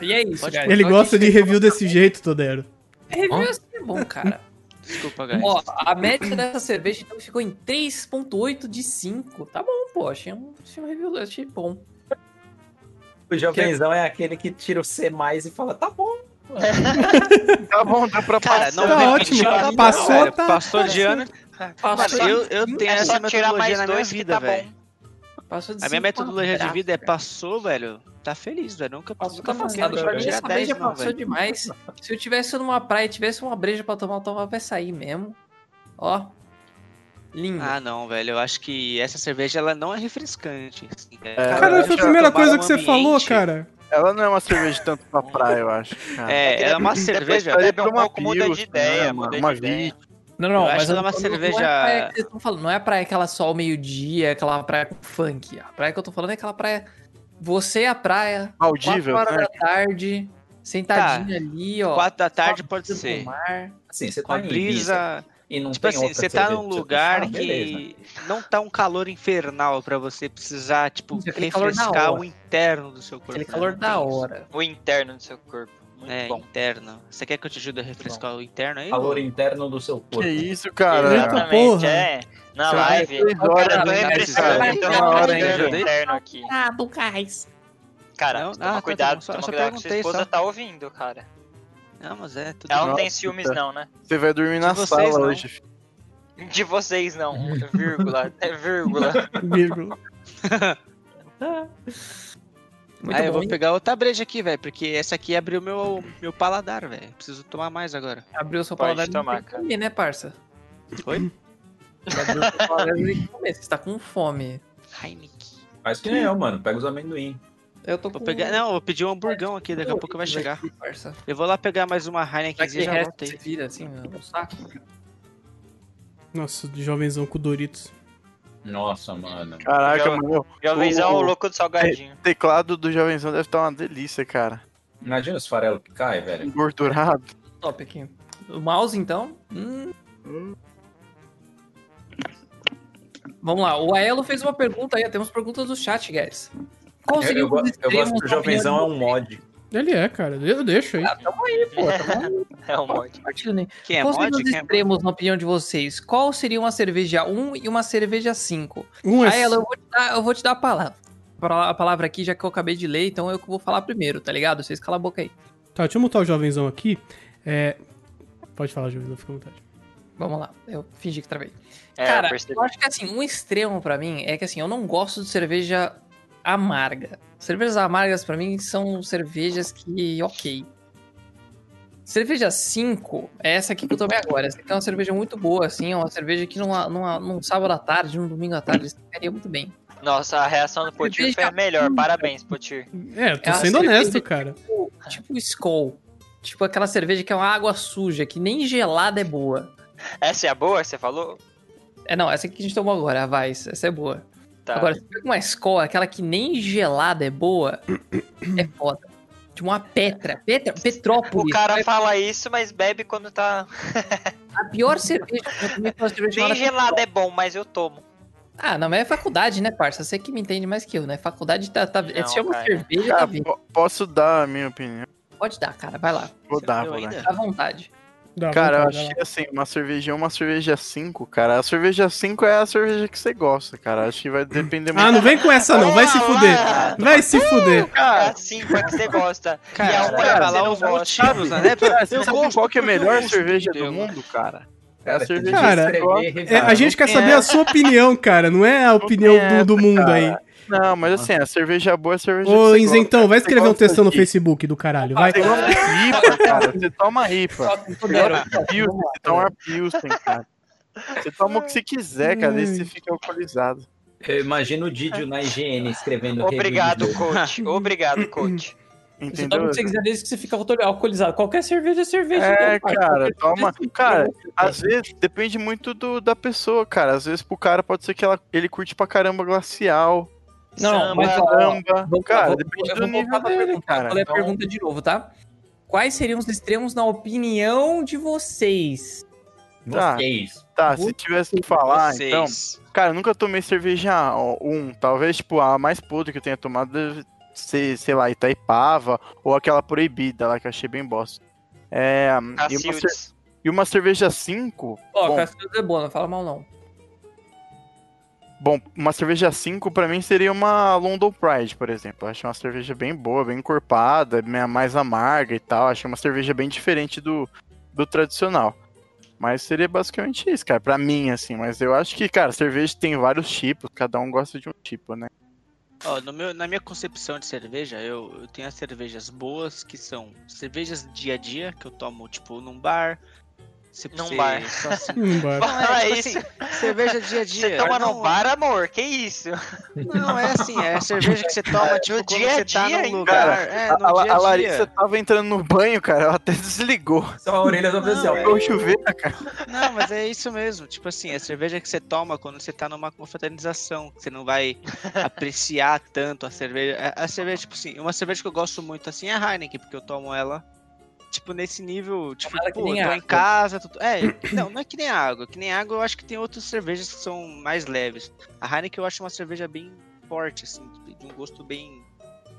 [SPEAKER 1] E é isso,
[SPEAKER 5] Pode
[SPEAKER 1] cara.
[SPEAKER 3] Ele
[SPEAKER 5] Só
[SPEAKER 3] gosta
[SPEAKER 5] que
[SPEAKER 3] de review desse jeito, Todero.
[SPEAKER 1] Review assim é bom, cara.
[SPEAKER 5] Desculpa, guys.
[SPEAKER 1] Ó, a média dessa cerveja então ficou em 3.8 de 5. Tá bom, pô. Achei um, achei um review, achei bom.
[SPEAKER 2] O jovenzão é aquele que tira o C mais e fala, tá bom.
[SPEAKER 6] Tá bom, dá pra
[SPEAKER 5] Cara,
[SPEAKER 6] passar.
[SPEAKER 5] não é
[SPEAKER 3] Tá
[SPEAKER 5] repetiu
[SPEAKER 3] ótimo,
[SPEAKER 5] a
[SPEAKER 3] tá-
[SPEAKER 5] vida,
[SPEAKER 3] passou,
[SPEAKER 5] velho.
[SPEAKER 3] tá-
[SPEAKER 5] Passou de
[SPEAKER 3] tá
[SPEAKER 5] ano. Mano,
[SPEAKER 1] Passou,
[SPEAKER 5] eu, eu tenho
[SPEAKER 7] É
[SPEAKER 5] essa
[SPEAKER 7] só tirar
[SPEAKER 5] metodologia
[SPEAKER 7] mais
[SPEAKER 5] na minha
[SPEAKER 7] dois que
[SPEAKER 5] vida,
[SPEAKER 7] tá
[SPEAKER 5] velho.
[SPEAKER 7] bom.
[SPEAKER 1] passou de
[SPEAKER 5] A minha
[SPEAKER 1] cinco pra
[SPEAKER 5] metodologia de
[SPEAKER 1] baixo,
[SPEAKER 5] vida é
[SPEAKER 1] cara.
[SPEAKER 5] passou, velho. Tá feliz, velho. Nunca
[SPEAKER 1] Passou,
[SPEAKER 5] nunca
[SPEAKER 1] tá
[SPEAKER 5] falei,
[SPEAKER 1] passado.
[SPEAKER 5] não
[SPEAKER 1] Pra mim,
[SPEAKER 5] tira
[SPEAKER 1] essa breja
[SPEAKER 5] 10 não,
[SPEAKER 1] passou
[SPEAKER 5] velho.
[SPEAKER 1] demais. Se eu tivesse numa praia e tivesse uma breja pra tomar, eu tomava sair mesmo. Ó. Lindo.
[SPEAKER 5] Ah, não, velho. Eu acho que essa cerveja ela não é refrescante. assim, né?
[SPEAKER 3] Caralho, foi a
[SPEAKER 6] deixa eu
[SPEAKER 3] primeira
[SPEAKER 5] tomar
[SPEAKER 3] coisa
[SPEAKER 5] um
[SPEAKER 3] que você falou,
[SPEAKER 5] ambiente.
[SPEAKER 3] cara.
[SPEAKER 6] Ela não é uma cerveja tanto pra praia, eu acho. cara.
[SPEAKER 5] É, ela é uma cerveja.
[SPEAKER 6] Estaria
[SPEAKER 7] bebe um
[SPEAKER 6] pra uma
[SPEAKER 7] pouco, muda de
[SPEAKER 6] Pilsen,
[SPEAKER 7] ideia,
[SPEAKER 6] né,
[SPEAKER 7] muda
[SPEAKER 6] mano?
[SPEAKER 7] de
[SPEAKER 6] Uma
[SPEAKER 7] ideia.
[SPEAKER 6] Vit.
[SPEAKER 1] Não, não,
[SPEAKER 5] Eu acho
[SPEAKER 1] mas
[SPEAKER 5] que ela é uma
[SPEAKER 1] tô falando-
[SPEAKER 5] cerveja-
[SPEAKER 1] Não é a praia que vocês estão falando, não é a praia aquela sol meio-dia, aquela praia com funk. A praia que eu tô falando é aquela praia. Você a praia,
[SPEAKER 6] Maldívia,
[SPEAKER 1] 4 horas
[SPEAKER 6] né?
[SPEAKER 1] da tarde, sentadinha ali, ó.
[SPEAKER 5] Tá. Quatro da tarde
[SPEAKER 1] só
[SPEAKER 5] pode
[SPEAKER 1] brisa
[SPEAKER 5] ser.
[SPEAKER 1] do mar.
[SPEAKER 2] Assim, você
[SPEAKER 5] Com a
[SPEAKER 2] tá em Ibiza
[SPEAKER 5] brisa.
[SPEAKER 2] e não
[SPEAKER 5] Tipo
[SPEAKER 2] tem
[SPEAKER 5] assim,
[SPEAKER 2] outra
[SPEAKER 5] você tá
[SPEAKER 2] cerveja
[SPEAKER 5] num
[SPEAKER 2] pra
[SPEAKER 5] lugar
[SPEAKER 2] tomar, beleza.
[SPEAKER 5] que não tá um calor infernal pra você precisar, tipo,
[SPEAKER 1] Isso, aquele calor da
[SPEAKER 5] refrescar
[SPEAKER 1] hora.
[SPEAKER 5] o interno do seu corpo.
[SPEAKER 1] Aquele
[SPEAKER 5] né?
[SPEAKER 1] calor
[SPEAKER 5] Não
[SPEAKER 1] da
[SPEAKER 5] tem isso.
[SPEAKER 1] hora.
[SPEAKER 7] O interno do seu corpo. Muito
[SPEAKER 5] É,
[SPEAKER 7] bom.
[SPEAKER 5] interno. Você quer que eu te ajude a refrescar o interno aí?
[SPEAKER 2] Calor interno do seu corpo.
[SPEAKER 6] Que isso, cara?
[SPEAKER 3] Eita porra.
[SPEAKER 7] é. Na
[SPEAKER 6] Você vai
[SPEAKER 7] live.
[SPEAKER 6] três
[SPEAKER 7] Cara, é
[SPEAKER 6] horas,
[SPEAKER 7] eu tô
[SPEAKER 1] né,
[SPEAKER 7] refrescando,
[SPEAKER 1] cara?
[SPEAKER 7] eu tô
[SPEAKER 6] Uma hora
[SPEAKER 7] refrescando
[SPEAKER 5] ainda.
[SPEAKER 7] o um interno aqui.
[SPEAKER 4] Ah, do gás.
[SPEAKER 7] Cara,
[SPEAKER 5] Não, ah,
[SPEAKER 7] toma
[SPEAKER 5] tá,
[SPEAKER 7] cuidado,
[SPEAKER 5] tá, só-
[SPEAKER 7] toma
[SPEAKER 5] só
[SPEAKER 7] cuidado que sua
[SPEAKER 5] perguntei,
[SPEAKER 7] esposa
[SPEAKER 5] só.
[SPEAKER 7] tá ouvindo, cara.
[SPEAKER 5] Não, mas é tudo
[SPEAKER 7] Ela não
[SPEAKER 1] um
[SPEAKER 5] bem.
[SPEAKER 7] tem ciúmes
[SPEAKER 6] tá.
[SPEAKER 7] não, né?
[SPEAKER 6] Você vai dormir na
[SPEAKER 5] De vocês,
[SPEAKER 6] sala
[SPEAKER 5] não.
[SPEAKER 6] hoje.
[SPEAKER 7] De vocês não, vírgula, é vírgula.
[SPEAKER 3] Vírgula.
[SPEAKER 1] Muito
[SPEAKER 5] ah, eu
[SPEAKER 1] bom.
[SPEAKER 5] vou pegar outra breja aqui, velho, porque essa aqui abriu meu, meu paladar, velho. Preciso tomar mais agora.
[SPEAKER 1] Abriu sua
[SPEAKER 7] Pode
[SPEAKER 1] paladar não
[SPEAKER 7] tomar,
[SPEAKER 1] tem que
[SPEAKER 7] cara.
[SPEAKER 1] comer, né, parça?
[SPEAKER 5] Oi?
[SPEAKER 1] Abriu seu paladar não tem que comer. Você tá com fome.
[SPEAKER 5] Heineken.
[SPEAKER 2] Faz que nem eu, mano. Pega os amendoim.
[SPEAKER 1] Eu tô com
[SPEAKER 5] Vou pegar... Não, vou pedir um hamburgão aqui, daqui a pouco vai chegar.
[SPEAKER 1] Aqui, parça.
[SPEAKER 5] Eu vou lá pegar mais uma
[SPEAKER 1] Pra
[SPEAKER 5] Heinekenzinha
[SPEAKER 1] que
[SPEAKER 5] e já
[SPEAKER 1] resto
[SPEAKER 5] volto
[SPEAKER 1] se
[SPEAKER 5] aí.
[SPEAKER 1] vira assim, um saco.
[SPEAKER 3] Nossa, jovenzão com Doritos.
[SPEAKER 2] Nossa, mano.
[SPEAKER 6] Caraca,
[SPEAKER 7] Já-
[SPEAKER 6] mano.
[SPEAKER 7] Jovenzão, o
[SPEAKER 6] O-
[SPEAKER 7] louco do salgadinho.
[SPEAKER 6] O teclado do Jovenzão deve estar uma delícia, cara.
[SPEAKER 2] Imagina os farelos que cai, velho.
[SPEAKER 6] Engordurado.
[SPEAKER 1] Top aqui. O mouse, então. Hum. Vamos lá. O Aelo fez uma pergunta aí. Temos perguntas do chat, guys. Qual
[SPEAKER 2] Eu,
[SPEAKER 1] seria
[SPEAKER 2] eu,
[SPEAKER 1] um
[SPEAKER 2] go-
[SPEAKER 1] dos
[SPEAKER 2] eu
[SPEAKER 1] extremos
[SPEAKER 2] gosto que o
[SPEAKER 1] da
[SPEAKER 2] jovenzão é
[SPEAKER 1] opinião
[SPEAKER 2] um mod.
[SPEAKER 3] Ele é, cara. Eu deixo aí.
[SPEAKER 1] de- Tamo aí, pô. tá Tamo aí,
[SPEAKER 7] É um monte.
[SPEAKER 1] compartilhando aí.
[SPEAKER 5] Quem é
[SPEAKER 1] Qual
[SPEAKER 5] mod?
[SPEAKER 1] seria os
[SPEAKER 5] Quem é mod?
[SPEAKER 1] extremos, na opinião de vocês? Qual seria uma cerveja 1 e uma cerveja 5?
[SPEAKER 3] Um é.
[SPEAKER 1] Aelo, eu vou te dar, eu vou te dar a palavra. A palavra aqui, já que eu acabei de ler, então eu que vou falar primeiro, tá ligado? Vocês calam a boca aí.
[SPEAKER 3] Tá, deixa eu mutar o jovenzão aqui. É. Pode falar, jovenzão, fica à vontade.
[SPEAKER 1] Vamos lá. Eu fingi que travei.
[SPEAKER 7] É,
[SPEAKER 1] Cara,
[SPEAKER 7] eu percebi.
[SPEAKER 1] eu acho que assim, um extremo pra mim é que assim, eu não gosto de cerveja amarga. Cervejas amargas pra mim são cervejas que, ok. Cerveja 5 é essa aqui que eu tomei agora. Essa aqui é uma cerveja muito boa, assim, é uma cerveja que numa, numa, num sábado à tarde, num domingo à tarde, ficaria muito bem.
[SPEAKER 7] Nossa, a reação do Potir foi a melhor. Parabéns, Potir.
[SPEAKER 3] É, eu tô
[SPEAKER 1] É uma
[SPEAKER 3] sendo
[SPEAKER 1] cerveja
[SPEAKER 3] honesto,
[SPEAKER 1] de-
[SPEAKER 3] cara.
[SPEAKER 1] Tipo,
[SPEAKER 7] Ah.
[SPEAKER 1] tipo Skol. Tipo aquela cerveja que é uma água suja, que nem gelada é boa.
[SPEAKER 7] Essa é a boa que você falou?
[SPEAKER 1] É, não, essa aqui que a gente tomou agora, a Vice, essa é boa.
[SPEAKER 7] Tá.
[SPEAKER 1] Agora, se pega uma escola, aquela que nem gelada é boa, é foda. De uma Petra, Petra
[SPEAKER 7] o
[SPEAKER 1] Petrópolis. É
[SPEAKER 7] cara fala isso, mas bebe quando tá...
[SPEAKER 1] A pior cerveja que eu assim. tomei foi uma cerveja chamada-
[SPEAKER 7] Nem gelado é bom, mas eu tomo.
[SPEAKER 1] Ah, não, mas é faculdade, né, parça? Você que me entende mais que eu, né? Faculdade tá. tá...
[SPEAKER 7] Não,
[SPEAKER 1] se chama
[SPEAKER 7] cara.
[SPEAKER 1] cerveja, tá
[SPEAKER 6] Cara, Ah.
[SPEAKER 1] vendo?
[SPEAKER 6] po- posso dar a minha opinião?
[SPEAKER 1] Pode dar, cara. Vai lá. tá
[SPEAKER 6] Vou dar,
[SPEAKER 5] Eu
[SPEAKER 6] vou dar.
[SPEAKER 5] ainda?
[SPEAKER 1] À vontade.
[SPEAKER 3] Dá,
[SPEAKER 6] Cara, eu
[SPEAKER 3] vontade,
[SPEAKER 6] achei assim, uma cerveja 1, uma cerveja 5, cara. A cerveja 5 é a cerveja que você gosta, cara. Acho que vai depender
[SPEAKER 3] vai lá. Ah, não vem com essa não, vai se fuder. Vai se fuder.
[SPEAKER 7] É
[SPEAKER 6] Cara,
[SPEAKER 7] assim, foi que você gosta. e é um a
[SPEAKER 5] Cara,
[SPEAKER 7] uma
[SPEAKER 5] vai
[SPEAKER 7] você
[SPEAKER 5] falar
[SPEAKER 7] não
[SPEAKER 5] os
[SPEAKER 7] gosta.
[SPEAKER 5] motivos, né?
[SPEAKER 6] cara, você
[SPEAKER 5] Eu
[SPEAKER 6] sabe
[SPEAKER 5] gosto
[SPEAKER 6] qual que é a
[SPEAKER 5] porque eu
[SPEAKER 6] melhor
[SPEAKER 5] gosto,
[SPEAKER 6] cerveja do
[SPEAKER 5] entendeu?
[SPEAKER 6] mundo, cara? É a
[SPEAKER 2] Cara, tem
[SPEAKER 6] cerveja.
[SPEAKER 2] que
[SPEAKER 3] Cara,
[SPEAKER 2] escrever e
[SPEAKER 3] É, a
[SPEAKER 2] revelar.
[SPEAKER 3] gente quer
[SPEAKER 6] é
[SPEAKER 3] saber a sua opinião, cara, não é a opinião do, do mundo aí.
[SPEAKER 6] Não, mas assim, a cerveja boa é a cerveja
[SPEAKER 3] Ô,
[SPEAKER 6] que você gosta.
[SPEAKER 3] Isentão, vai escrever um
[SPEAKER 6] gosta
[SPEAKER 3] textão no
[SPEAKER 6] de-
[SPEAKER 3] Facebook do caralho, vai.
[SPEAKER 6] Você gosta de IPA, cara. Você toma IPA. Pilsen, você toma Pilsen, cara. Você toma o que você quiser, cara. Daí você fica alcoolizado.
[SPEAKER 2] Eu imagino o Didio na higiene escrevendo
[SPEAKER 7] Obrigado,
[SPEAKER 2] review de jogo.
[SPEAKER 7] coach. Obrigado, coach.
[SPEAKER 1] Você toma o
[SPEAKER 6] Entendeu?
[SPEAKER 1] que você quiser desde que você fica alcoolizado. Qualquer cerveja é cerveja.
[SPEAKER 6] É,
[SPEAKER 1] né, parça?
[SPEAKER 6] cara, toma. Cara,
[SPEAKER 1] Às
[SPEAKER 6] Às vezes depende muito do, da pessoa, cara. Às vezes pro cara pode ser que ela, ele curte pra caramba glacial,
[SPEAKER 1] Não, mas ó, ó,
[SPEAKER 6] caramba.
[SPEAKER 1] Vamos lá,
[SPEAKER 6] cara,
[SPEAKER 1] vou-
[SPEAKER 6] depende
[SPEAKER 1] eu
[SPEAKER 6] do
[SPEAKER 1] vou
[SPEAKER 6] nível
[SPEAKER 1] voltar pra
[SPEAKER 6] dele,
[SPEAKER 1] pergunta,
[SPEAKER 6] cara.
[SPEAKER 1] Vou ler a
[SPEAKER 6] Então,
[SPEAKER 1] pergunta de novo, tá? Quais seriam os extremos na opinião de vocês?
[SPEAKER 2] Vocês.
[SPEAKER 6] Tá, se tivesse que falar, então.
[SPEAKER 5] Vocês.
[SPEAKER 6] Cara, eu nunca tomei cerveja ó, um. Talvez, tipo, a mais podre que eu tenha tomado deve ser, sei lá, Itaipava ou aquela proibida lá que eu achei bem bosta. É, e, uma cer-
[SPEAKER 7] Cacildes.
[SPEAKER 6] e uma cerveja 5?
[SPEAKER 1] Ó,
[SPEAKER 6] bom,
[SPEAKER 1] Cassius é boa, não fala mal não.
[SPEAKER 6] bom, uma cerveja 5 pra mim seria uma London Pride, por exemplo. Eu achei uma cerveja bem boa, bem encorpada, me- mais amarga e tal. Achei uma cerveja bem diferente do, do tradicional. Mas seria basicamente isso, cara, pra mim, assim. Mas eu acho que, cara, cerveja tem vários tipos, cada um gosta de um tipo, né?
[SPEAKER 8] Ó, no meu, na minha concepção de cerveja, eu, eu tenho as cervejas boas, que são cervejas dia a dia, que eu tomo, tipo, num bar. Se
[SPEAKER 7] Num
[SPEAKER 8] você-
[SPEAKER 7] bar.
[SPEAKER 8] Só assim.
[SPEAKER 3] Hum, bora.
[SPEAKER 8] Não, é,
[SPEAKER 7] Fala
[SPEAKER 8] tipo
[SPEAKER 7] isso.
[SPEAKER 8] assim, cerveja dia a dia.
[SPEAKER 7] Você toma
[SPEAKER 8] não,
[SPEAKER 7] no bar, amor? Que isso?
[SPEAKER 8] Não, é assim, é a cerveja que você toma, tipo,
[SPEAKER 7] No
[SPEAKER 8] quando
[SPEAKER 7] dia a
[SPEAKER 8] você tá
[SPEAKER 7] dia
[SPEAKER 8] num
[SPEAKER 7] ainda.
[SPEAKER 8] lugar. É,
[SPEAKER 6] A,
[SPEAKER 8] no
[SPEAKER 6] a-
[SPEAKER 8] dia a
[SPEAKER 6] a Larissa
[SPEAKER 8] dia.
[SPEAKER 6] tava entrando no banho, cara, ela até desligou.
[SPEAKER 2] Só a orelha do oficial.
[SPEAKER 6] Ligou o chuveiro, cara.
[SPEAKER 8] Não, mas é isso mesmo. Tipo assim, é a cerveja que você toma quando você tá numa confraternização. que Você não vai apreciar tanto a cerveja. A- A cerveja, tipo assim, uma cerveja que eu gosto muito assim é a Heineken, porque eu tomo ela. Tipo, nesse nível, tipo,
[SPEAKER 1] Tomara que
[SPEAKER 8] pô,
[SPEAKER 1] nem
[SPEAKER 8] eu tô em
[SPEAKER 1] água.
[SPEAKER 8] casa, tô... É, não, não é que nem água. Que nem água, eu acho que tem outras cervejas que são mais leves. A Heineken eu acho uma cerveja bem forte, assim, de um gosto bem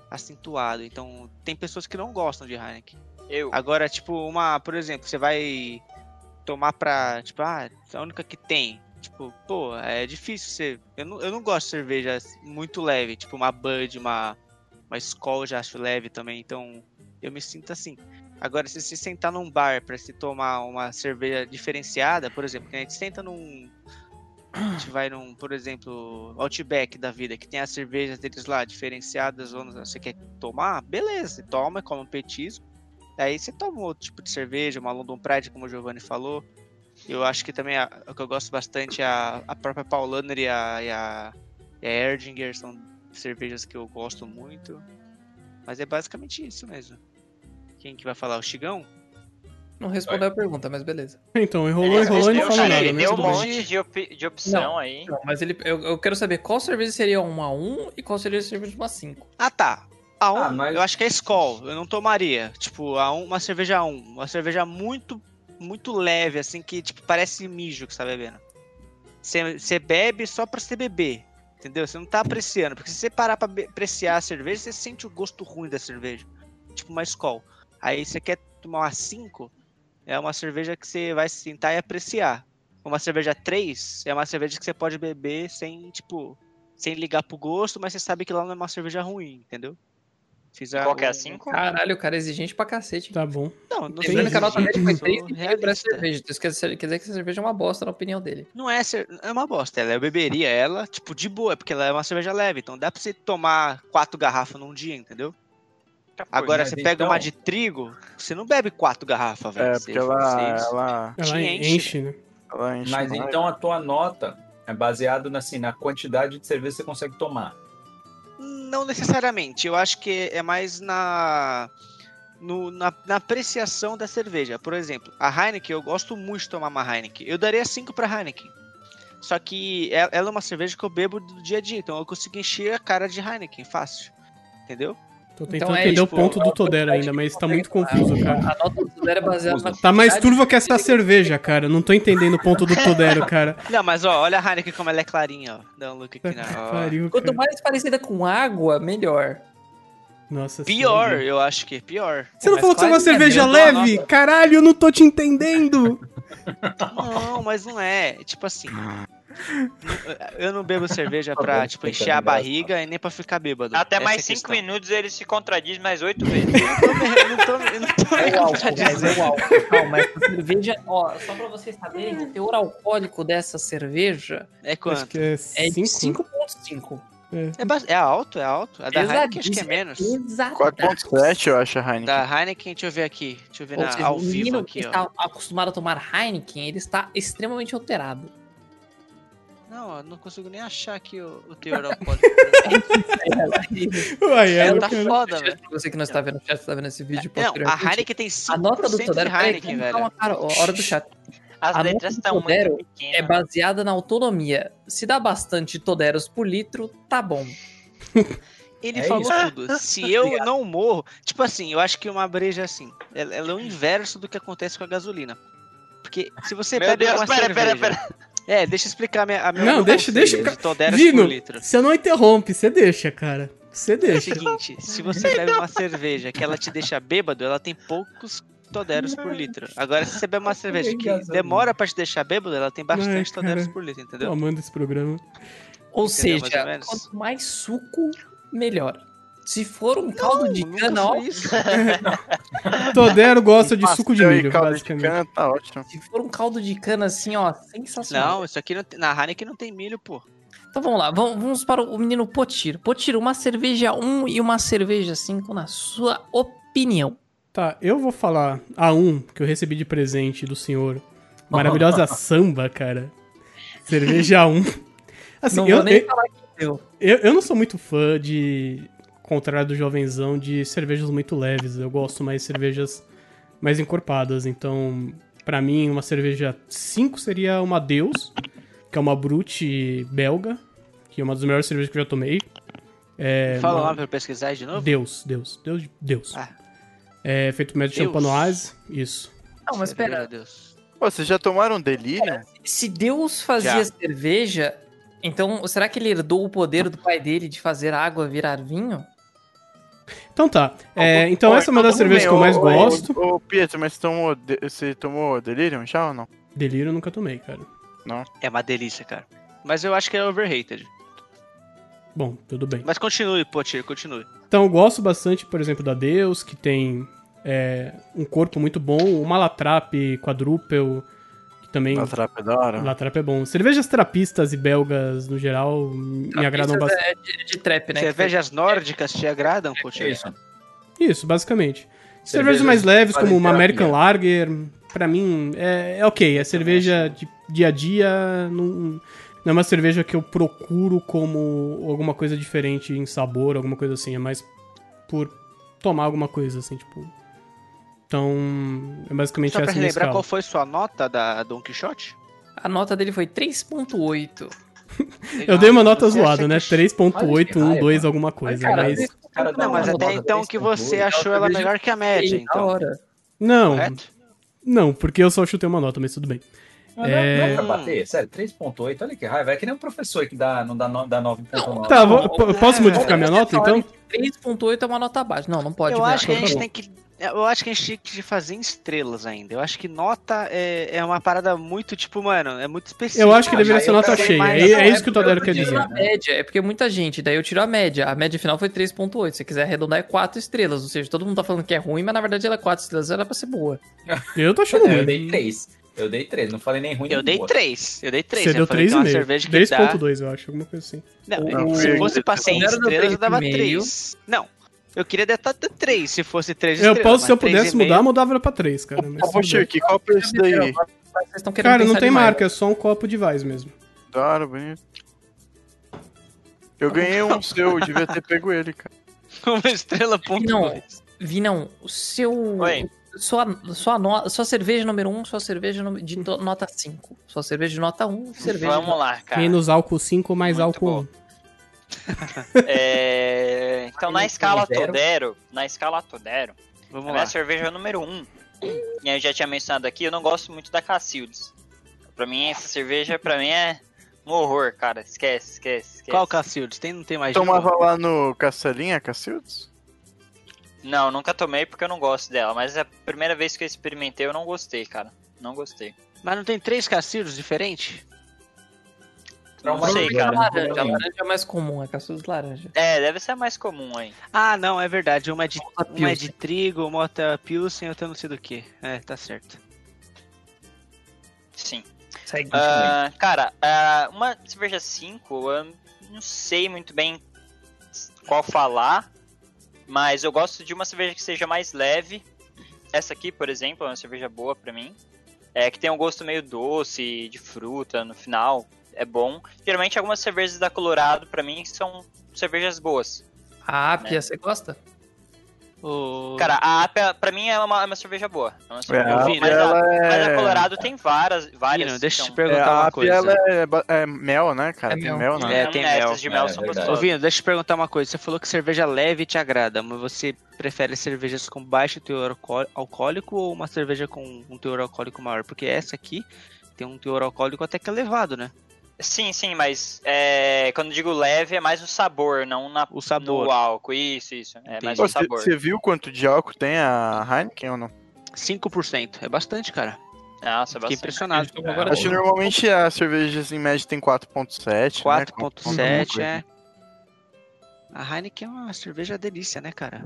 [SPEAKER 8] acentuado. Então, tem pessoas que não gostam de Heineken.
[SPEAKER 7] Eu.
[SPEAKER 8] Agora, tipo, uma, por exemplo, você vai tomar pra, tipo, ah, a única que tem. Tipo, pô, é difícil você. Eu não, eu não gosto de cerveja muito leve, tipo uma Bud, uma, uma Skol eu já acho leve também, então eu me sinto assim. Agora, se você sentar num bar pra se tomar uma cerveja diferenciada, por exemplo, que a gente senta num. A gente vai num, por exemplo, Outback da vida, que tem as cervejas deles lá diferenciadas, ou não- você quer é tomar, beleza, você toma, come um petisco. Aí você toma outro tipo de cerveja, uma London Pride, como o Giovanni falou. Eu acho que também a- o que eu gosto bastante é a, a própria Paulaner e a, e, a, e a Erdinger são cervejas que eu gosto muito. Mas é basicamente isso mesmo. Quem que vai falar? O Chigão?
[SPEAKER 1] Não respondeu a pergunta, mas beleza.
[SPEAKER 3] Então, enrolou, enrolou e não
[SPEAKER 7] Deu-
[SPEAKER 3] falou nada,
[SPEAKER 7] deu
[SPEAKER 3] mas
[SPEAKER 7] um
[SPEAKER 3] tudo bem.
[SPEAKER 7] monte de, opi- de opção aí.
[SPEAKER 1] Não, mas ele, eu, eu quero saber qual cerveja seria uma 1 e qual seria a cerveja uma 5.
[SPEAKER 8] Ah tá. A um,
[SPEAKER 2] Ah, mas-
[SPEAKER 8] eu acho que é Skol, eu não tomaria. Tipo, a um, uma cerveja a um, uma cerveja muito muito leve, assim, que tipo, parece mijo que você tá bebendo. Você você bebe só pra você beber, entendeu? Você não tá apreciando, porque se você parar pra be- apreciar a cerveja, você sente o gosto ruim da cerveja. Tipo uma Skol. Aí você quer tomar uma 5, é uma cerveja que você vai sentar e apreciar. Uma cerveja 3 é uma cerveja que você pode beber sem, tipo, sem ligar pro gosto, mas você sabe que lá não é uma cerveja ruim, entendeu? Fiz a-
[SPEAKER 7] Qual que é
[SPEAKER 8] um-
[SPEAKER 7] a 5?
[SPEAKER 1] Caralho, o cara é exigente pra cacete.
[SPEAKER 3] Tá bom.
[SPEAKER 8] Não, não sei.
[SPEAKER 1] Lembrando que a nota média foi
[SPEAKER 8] Então, Sou
[SPEAKER 1] 3 e meio pra
[SPEAKER 8] realista.
[SPEAKER 1] cerveja. Então isso quer dizer, quer dizer que a cerveja é uma bosta, na opinião dele.
[SPEAKER 8] Não é, cer- é uma bosta, ela eu beberia ela, tipo, de boa, porque ela é uma cerveja leve, então dá pra você tomar quatro garrafas num dia, entendeu? Agora,
[SPEAKER 2] mas
[SPEAKER 8] você pega
[SPEAKER 2] então-
[SPEAKER 8] uma de trigo, você não bebe quatro garrafas, velho.
[SPEAKER 6] É,
[SPEAKER 8] você-
[SPEAKER 6] porque ela,
[SPEAKER 8] você-
[SPEAKER 3] Ela
[SPEAKER 6] ela,
[SPEAKER 8] Te
[SPEAKER 3] enche,
[SPEAKER 8] enche,
[SPEAKER 3] né?
[SPEAKER 6] ela enche.
[SPEAKER 2] Mas
[SPEAKER 6] mais.
[SPEAKER 2] então a tua nota é baseada na, assim, na quantidade de cerveja que você consegue tomar.
[SPEAKER 8] Não necessariamente. Eu acho que é mais na, no- na, na apreciação da cerveja. Por exemplo, a Heineken, eu gosto muito de tomar uma Heineken. Eu daria 5 pra Heineken. Só que ela, ela é uma cerveja que eu bebo do dia a dia, então eu consigo encher a cara de Heineken fácil. Entendeu?
[SPEAKER 3] Tô
[SPEAKER 1] Então
[SPEAKER 3] tentando
[SPEAKER 1] é
[SPEAKER 3] entender
[SPEAKER 1] isso,
[SPEAKER 3] o ponto
[SPEAKER 1] pô.
[SPEAKER 3] do Todero ainda, mas tá muito confuso, cara.
[SPEAKER 1] A nota do zero é baseada na.
[SPEAKER 3] Tá mais
[SPEAKER 1] quantidade-
[SPEAKER 3] turva que essa cerveja, cara. Não tô entendendo o ponto do Todero, cara.
[SPEAKER 8] Não, mas ó, olha a Heineken como ela é clarinha, ó. Dá um look aqui na. ó.
[SPEAKER 3] Pariu,
[SPEAKER 1] Quanto
[SPEAKER 3] cara.
[SPEAKER 1] mais parecida com água, melhor.
[SPEAKER 3] Nossa
[SPEAKER 8] Pior,
[SPEAKER 3] senhora.
[SPEAKER 8] eu acho que é pior.
[SPEAKER 3] Você não
[SPEAKER 1] Mas
[SPEAKER 3] falou que você é uma
[SPEAKER 1] quase, né?
[SPEAKER 3] cerveja
[SPEAKER 1] Eu dou a
[SPEAKER 3] leve? Caralho, eu não tô te entendendo.
[SPEAKER 8] Não, mas não é. Tipo assim. Eu não bebo cerveja
[SPEAKER 2] Tá
[SPEAKER 8] pra
[SPEAKER 2] bom,
[SPEAKER 8] tipo,
[SPEAKER 2] fica
[SPEAKER 8] encher a
[SPEAKER 2] engraçado.
[SPEAKER 1] tá.
[SPEAKER 8] barriga e nem pra ficar bêbado.
[SPEAKER 7] Até
[SPEAKER 8] Essa é
[SPEAKER 7] mais
[SPEAKER 8] a
[SPEAKER 7] 5
[SPEAKER 8] questão.
[SPEAKER 7] minutos ele se contradiz mais 8 vezes.
[SPEAKER 8] Eu não tô, eu não tô me
[SPEAKER 1] É o álcool, mas
[SPEAKER 8] contradizendo.
[SPEAKER 1] é o álcool. Calma, essa cerveja. Ó, só pra vocês saberem, o teor alcoólico dessa cerveja
[SPEAKER 8] É
[SPEAKER 3] Acho
[SPEAKER 8] quanto?
[SPEAKER 3] que é
[SPEAKER 1] é de
[SPEAKER 3] 5.
[SPEAKER 1] 5,5.
[SPEAKER 8] É, ba- é alto, é alto. A da Heineken acho que é
[SPEAKER 1] Pesadíssimo.
[SPEAKER 8] menos.
[SPEAKER 1] Exato.
[SPEAKER 6] 4.7 eu acho a Heineken.
[SPEAKER 2] Tá.
[SPEAKER 8] Da Heineken, deixa eu ver aqui. Deixa eu ver
[SPEAKER 1] Ou
[SPEAKER 8] na,
[SPEAKER 1] seja,
[SPEAKER 8] Tá, ao
[SPEAKER 1] o menino
[SPEAKER 8] vivo
[SPEAKER 1] que tá-
[SPEAKER 8] aqui, ó.
[SPEAKER 1] está acostumado a tomar Heineken, ele está extremamente alterado.
[SPEAKER 8] Não, eu não consigo nem achar aqui o, o teor alcoólico.
[SPEAKER 3] Uai,
[SPEAKER 8] É,
[SPEAKER 3] ela,
[SPEAKER 8] tá
[SPEAKER 3] cara.
[SPEAKER 8] foda, velho.
[SPEAKER 1] Pra você que não está vendo o chat, está vendo esse vídeo
[SPEAKER 8] Não, a
[SPEAKER 1] posteriormente.
[SPEAKER 8] Heineken tem 5%
[SPEAKER 1] A nota do tá um
[SPEAKER 8] de
[SPEAKER 1] Todero, peraí,
[SPEAKER 8] Heineken,
[SPEAKER 1] calma,
[SPEAKER 8] velho.
[SPEAKER 1] calma, cara, ó, hora do chat.
[SPEAKER 7] As
[SPEAKER 1] A nota
[SPEAKER 7] letras
[SPEAKER 1] do
[SPEAKER 7] estão muito
[SPEAKER 1] Todero É
[SPEAKER 7] pequenas.
[SPEAKER 1] baseada na autonomia. Se dá bastante Toderos por litro, tá bom.
[SPEAKER 8] Ele
[SPEAKER 2] É
[SPEAKER 8] falou
[SPEAKER 2] isso.
[SPEAKER 8] tudo.
[SPEAKER 7] Tá
[SPEAKER 8] Se eu não é morro, tipo assim, eu acho que uma breja assim, ela, ela é o inverso do que acontece com a gasolina. Porque se você
[SPEAKER 7] Meu
[SPEAKER 8] bebe
[SPEAKER 7] Deus,
[SPEAKER 8] uma
[SPEAKER 7] pera,
[SPEAKER 8] cerveja...
[SPEAKER 7] pera, pera.
[SPEAKER 8] É, deixa eu explicar a minha, a minha
[SPEAKER 3] Não, deixa- deixa o
[SPEAKER 8] o
[SPEAKER 3] ca-
[SPEAKER 8] cara... Todera
[SPEAKER 3] Vino.
[SPEAKER 8] Então, por litro.
[SPEAKER 3] Você não interrompe, você deixa, cara. Você
[SPEAKER 8] É o
[SPEAKER 3] deixa.
[SPEAKER 8] seguinte, se você bebe uma cerveja que ela te deixa bêbado, ela tem poucos toderos por litro. Agora, se você bebe uma cerveja que
[SPEAKER 2] Engraçado.
[SPEAKER 8] demora pra te deixar bêbado, ela tem bastante
[SPEAKER 3] Ai, cara.
[SPEAKER 8] toderos por litro,
[SPEAKER 3] Tô
[SPEAKER 8] entendeu?
[SPEAKER 3] amando esse programa.
[SPEAKER 1] Ou
[SPEAKER 8] Entendeu, mais
[SPEAKER 1] seja,
[SPEAKER 8] ou menos?
[SPEAKER 1] quanto mais suco, melhor. Se for um caldo de
[SPEAKER 8] Nunca
[SPEAKER 1] cana,
[SPEAKER 8] foi
[SPEAKER 1] ó,
[SPEAKER 8] isso.
[SPEAKER 3] Todero gosta de suco de
[SPEAKER 6] Pastel e
[SPEAKER 3] milho,
[SPEAKER 6] caldo de
[SPEAKER 3] basicamente.
[SPEAKER 6] cana, tá ótimo.
[SPEAKER 1] se for um caldo de cana assim, ó, sensacional.
[SPEAKER 8] Não, isso aqui não tem, na Heineken não tem milho, pô.
[SPEAKER 1] Então vamos lá, vamos, vamos para o menino Potiro. Potiro, uma cerveja 1 e uma cerveja 5 na sua opinião.
[SPEAKER 3] Tá, eu vou falar a um que eu recebi de presente do senhor. Maravilhosa samba, cara. Cerveja A1. Assim,
[SPEAKER 1] não
[SPEAKER 3] eu,
[SPEAKER 1] vou nem
[SPEAKER 3] eu-
[SPEAKER 1] falar que deu.
[SPEAKER 3] eu, eu não sou muito fã de. Contrário do jovenzão, de cervejas muito leves. Eu gosto mais de cervejas mais encorpadas. Então, pra mim, uma cerveja 5 seria uma Deus, que é uma Brute belga, que é uma das melhores cervejas que eu já tomei.
[SPEAKER 8] Fala lá pra eu pesquisar de novo.
[SPEAKER 3] Deus, Deus, Deus, Deus.
[SPEAKER 8] Ah.
[SPEAKER 3] É feito com método
[SPEAKER 8] Deus.
[SPEAKER 3] champanoise, isso.
[SPEAKER 1] Não, mas
[SPEAKER 8] Meu
[SPEAKER 1] pera,
[SPEAKER 8] Deus.
[SPEAKER 6] Pô, vocês já tomaram um delírio?
[SPEAKER 1] se Deus fazia cerveja, então será que ele herdou o poder do pai dele de fazer água virar vinho?
[SPEAKER 3] Então tá. É, então
[SPEAKER 6] Ô,
[SPEAKER 3] essa é uma das
[SPEAKER 6] tudo
[SPEAKER 3] cervejas
[SPEAKER 6] bem,
[SPEAKER 3] que eu
[SPEAKER 6] ô,
[SPEAKER 3] mais
[SPEAKER 6] ô,
[SPEAKER 3] gosto.
[SPEAKER 6] Ô, ô, Pietro, mas você tomou, de... você tomou delírio já ou não?
[SPEAKER 3] Delírio eu nunca tomei, cara.
[SPEAKER 8] É uma delícia, cara. Mas eu acho que é overrated.
[SPEAKER 3] Bom, tudo bem.
[SPEAKER 8] Mas continue, Potir, continue.
[SPEAKER 3] Então eu gosto bastante, por exemplo, da Deus, que tem é, um corpo muito bom. Uma Latrap quadruple, que também...
[SPEAKER 6] Na trapedora?
[SPEAKER 3] Latrap é bom. Cervejas trapistas e belgas, no geral, me agradam
[SPEAKER 1] Isso
[SPEAKER 3] bastante.
[SPEAKER 1] é de, de trap, né?
[SPEAKER 8] Cervejas nórdicas te agradam, Potir?
[SPEAKER 2] Isso.
[SPEAKER 3] Isso, basicamente. Cervejas,
[SPEAKER 2] Cervejas
[SPEAKER 3] mais leves,
[SPEAKER 2] fazem
[SPEAKER 3] como uma
[SPEAKER 2] terapia.
[SPEAKER 3] American Lager, pra mim é, é ok. É cerveja de dia a dia, não, não é uma cerveja que eu procuro como alguma coisa diferente em sabor, alguma coisa assim. É mais por tomar alguma coisa, assim, tipo. Então, é basicamente
[SPEAKER 8] Só pra
[SPEAKER 3] essa minha
[SPEAKER 8] relembrar
[SPEAKER 3] escala.
[SPEAKER 8] qual foi sua nota da Don Quixote?
[SPEAKER 1] A nota dele foi 3.8.
[SPEAKER 3] Eu dei uma nota
[SPEAKER 8] Ah, Você acha
[SPEAKER 3] zoada, né?
[SPEAKER 8] que-
[SPEAKER 3] 3.812 alguma coisa,
[SPEAKER 2] cara,
[SPEAKER 3] é, mas...
[SPEAKER 2] esse cara dá
[SPEAKER 8] Não, mas
[SPEAKER 2] uma
[SPEAKER 8] até
[SPEAKER 2] nota
[SPEAKER 8] então que você
[SPEAKER 2] 3.8.
[SPEAKER 8] achou ela melhor que a média,
[SPEAKER 1] Ei, da
[SPEAKER 8] então.
[SPEAKER 1] hora.
[SPEAKER 3] Não,
[SPEAKER 8] Correto?
[SPEAKER 3] não, porque eu só chutei uma nota, mas tudo bem.
[SPEAKER 2] Não,
[SPEAKER 3] É.
[SPEAKER 2] não, não pra bater, sério, 3.8, olha que raiva. É que nem um professor que dá, não dá, no, dá 9.9.
[SPEAKER 3] Tá, vou- po- posso
[SPEAKER 8] é.
[SPEAKER 3] modificar minha nota,
[SPEAKER 1] Olha,
[SPEAKER 3] então?
[SPEAKER 1] 3.8 é uma nota abaixo. Não, não pode.
[SPEAKER 8] Eu
[SPEAKER 1] verdade.
[SPEAKER 8] acho que a
[SPEAKER 3] Então tá
[SPEAKER 8] gente
[SPEAKER 3] bom.
[SPEAKER 8] tem que. Eu acho que a gente tinha que fazer em estrelas ainda. Eu acho que nota é, é uma parada muito, tipo, mano, é muito específica.
[SPEAKER 3] Eu acho que
[SPEAKER 2] Ah,
[SPEAKER 3] deveria
[SPEAKER 2] mas
[SPEAKER 3] ser
[SPEAKER 2] eu
[SPEAKER 3] nota
[SPEAKER 2] quero
[SPEAKER 3] cheia.
[SPEAKER 8] mais-
[SPEAKER 3] É,
[SPEAKER 8] não,
[SPEAKER 3] é
[SPEAKER 8] é
[SPEAKER 3] isso que o Todero quer
[SPEAKER 1] Eu tiro
[SPEAKER 3] dizer.
[SPEAKER 1] a média, é porque é muita gente, daí eu tiro a média. A média final foi 3.8. Se você quiser arredondar, é 4 estrelas. Ou seja, todo mundo tá falando que é ruim, mas na verdade ela é 4 estrelas, ela é pra ser boa.
[SPEAKER 3] Eu tô achando
[SPEAKER 2] É, eu dei
[SPEAKER 3] ruim.
[SPEAKER 2] 3. Eu dei 3, não falei nem ruim
[SPEAKER 8] Eu
[SPEAKER 2] nem
[SPEAKER 8] dei
[SPEAKER 2] boa.
[SPEAKER 8] 3. Eu dei 3.
[SPEAKER 3] Você deu
[SPEAKER 8] falei que é uma
[SPEAKER 3] 3,5.
[SPEAKER 8] cerveja que dá.
[SPEAKER 3] 3.2, eu acho, alguma coisa assim.
[SPEAKER 8] Não,
[SPEAKER 6] Não,
[SPEAKER 8] se
[SPEAKER 6] eu-
[SPEAKER 8] fosse pra 100
[SPEAKER 1] eu dou
[SPEAKER 8] estrelas, eu dava
[SPEAKER 1] 3,5.
[SPEAKER 8] 3. Não. Eu queria dar 3 se fosse 3
[SPEAKER 3] Eu
[SPEAKER 8] estrelas.
[SPEAKER 3] posso, se eu
[SPEAKER 8] mas três
[SPEAKER 3] pudesse
[SPEAKER 8] e meio-
[SPEAKER 3] mudar, mudava pra 3, cara. mas
[SPEAKER 6] Ô,
[SPEAKER 3] tudo bem.
[SPEAKER 6] Poxa, que copo é esse daí?
[SPEAKER 1] Mas vocês estão querendo
[SPEAKER 3] Cara, não
[SPEAKER 1] pensar
[SPEAKER 3] tem
[SPEAKER 1] demais.
[SPEAKER 3] marca, é só um copo de Vaz mesmo.
[SPEAKER 6] Da hora, bonito. Eu ganhei um seu, eu devia ter pego ele, cara.
[SPEAKER 8] Uma estrela ponto
[SPEAKER 1] Não.
[SPEAKER 8] dois.
[SPEAKER 1] Vinão, o seu.
[SPEAKER 7] Oi.
[SPEAKER 1] Sua, sua, no- sua cerveja número 1, sua cerveja no- de to- nota 5. Sua cerveja de nota 1, cerveja. de
[SPEAKER 7] Vamos
[SPEAKER 1] nota...
[SPEAKER 7] lá, cara.
[SPEAKER 3] Menos álcool 5, mais
[SPEAKER 7] Muito
[SPEAKER 3] álcool um.
[SPEAKER 7] bom. É, Então, na
[SPEAKER 2] Aí,
[SPEAKER 7] escala
[SPEAKER 2] zero.
[SPEAKER 7] Todero, na escala Todero, a
[SPEAKER 8] Vamos
[SPEAKER 7] minha
[SPEAKER 8] lá.
[SPEAKER 7] cerveja número 1, um, e eu já tinha mencionado aqui, eu não gosto muito da Cacildes. Pra mim, essa cerveja, pra mim, é um horror, cara. Esquece, esquece, esquece.
[SPEAKER 8] Qual Cacildes? Tem, não tem mais de
[SPEAKER 6] Tomava
[SPEAKER 8] novo?
[SPEAKER 6] lá no Castelinha, Cacildes?
[SPEAKER 7] Não, nunca tomei porque eu não gosto dela, mas a primeira vez que eu experimentei, eu não gostei, cara. Não gostei.
[SPEAKER 8] Mas não tem três Cacildes diferentes?
[SPEAKER 7] Não sei,
[SPEAKER 1] A
[SPEAKER 7] cara.
[SPEAKER 1] laranja, a laranja é mais comum, é caçudo de laranja.
[SPEAKER 7] É, deve ser a mais comum aí.
[SPEAKER 8] Ah, não, é verdade. Uma é de,
[SPEAKER 1] Nota
[SPEAKER 8] uma é
[SPEAKER 1] Pilsen.
[SPEAKER 8] de trigo, uma outra é Pilsen, outra não sei do que. É, tá certo.
[SPEAKER 7] Sim.
[SPEAKER 1] Segue.
[SPEAKER 7] Ah, cara, ah, uma cerveja 5, eu não sei muito bem qual falar, mas eu gosto de uma cerveja que seja mais leve. Essa aqui, por exemplo, é uma cerveja boa pra mim. É que tem um gosto meio doce, de fruta no final, é bom. Geralmente algumas cervejas
[SPEAKER 2] É.
[SPEAKER 7] da Colorado pra mim são cervejas boas.
[SPEAKER 1] ah, Pia, você gosta?
[SPEAKER 8] O...
[SPEAKER 7] Cara, a APA, pra mim, é uma, é uma cerveja boa. É uma cerveja
[SPEAKER 8] eu
[SPEAKER 6] a
[SPEAKER 7] boa.
[SPEAKER 8] vi,
[SPEAKER 6] Apia,
[SPEAKER 8] né?
[SPEAKER 6] ela é...
[SPEAKER 7] Mas a Colorado tem várias, várias.
[SPEAKER 8] Vino, deixa eu te
[SPEAKER 7] então,
[SPEAKER 6] É,
[SPEAKER 8] perguntar
[SPEAKER 6] a
[SPEAKER 8] uma
[SPEAKER 6] Apia, ela
[SPEAKER 8] coisa.
[SPEAKER 6] é, ba- é mel, né, cara?
[SPEAKER 1] É
[SPEAKER 6] Tem
[SPEAKER 1] mel.
[SPEAKER 6] mel, né?
[SPEAKER 8] É, tem
[SPEAKER 7] essas
[SPEAKER 8] mel.
[SPEAKER 7] de mel
[SPEAKER 2] É, é
[SPEAKER 7] são
[SPEAKER 8] Ô,
[SPEAKER 7] gostosas.
[SPEAKER 2] verdade.
[SPEAKER 8] Vino, deixa eu te perguntar uma coisa. Você falou que cerveja leve te agrada, mas você prefere cervejas com baixo teor alco- alcoólico ou uma cerveja com um teor alcoólico maior? Porque essa aqui tem um teor alcoólico até que elevado, né?
[SPEAKER 7] Sim, sim, mas é, quando digo leve é mais o sabor, não na,
[SPEAKER 8] O sabor.
[SPEAKER 7] no álcool. Isso, isso. É mais
[SPEAKER 8] Entendi.
[SPEAKER 7] o
[SPEAKER 6] Pô, cê-
[SPEAKER 7] sabor.
[SPEAKER 6] Você viu quanto de álcool tem a Heineken ou não?
[SPEAKER 8] 5%. É bastante, cara.
[SPEAKER 7] Nossa,
[SPEAKER 8] Fiquei
[SPEAKER 7] bastante.
[SPEAKER 2] Ah,
[SPEAKER 8] impressionado.
[SPEAKER 1] Então, agora
[SPEAKER 6] Acho que normalmente as cervejas em média tem 4.7, né?
[SPEAKER 8] 4.7 é. A Heineken é uma cerveja delícia, né, cara?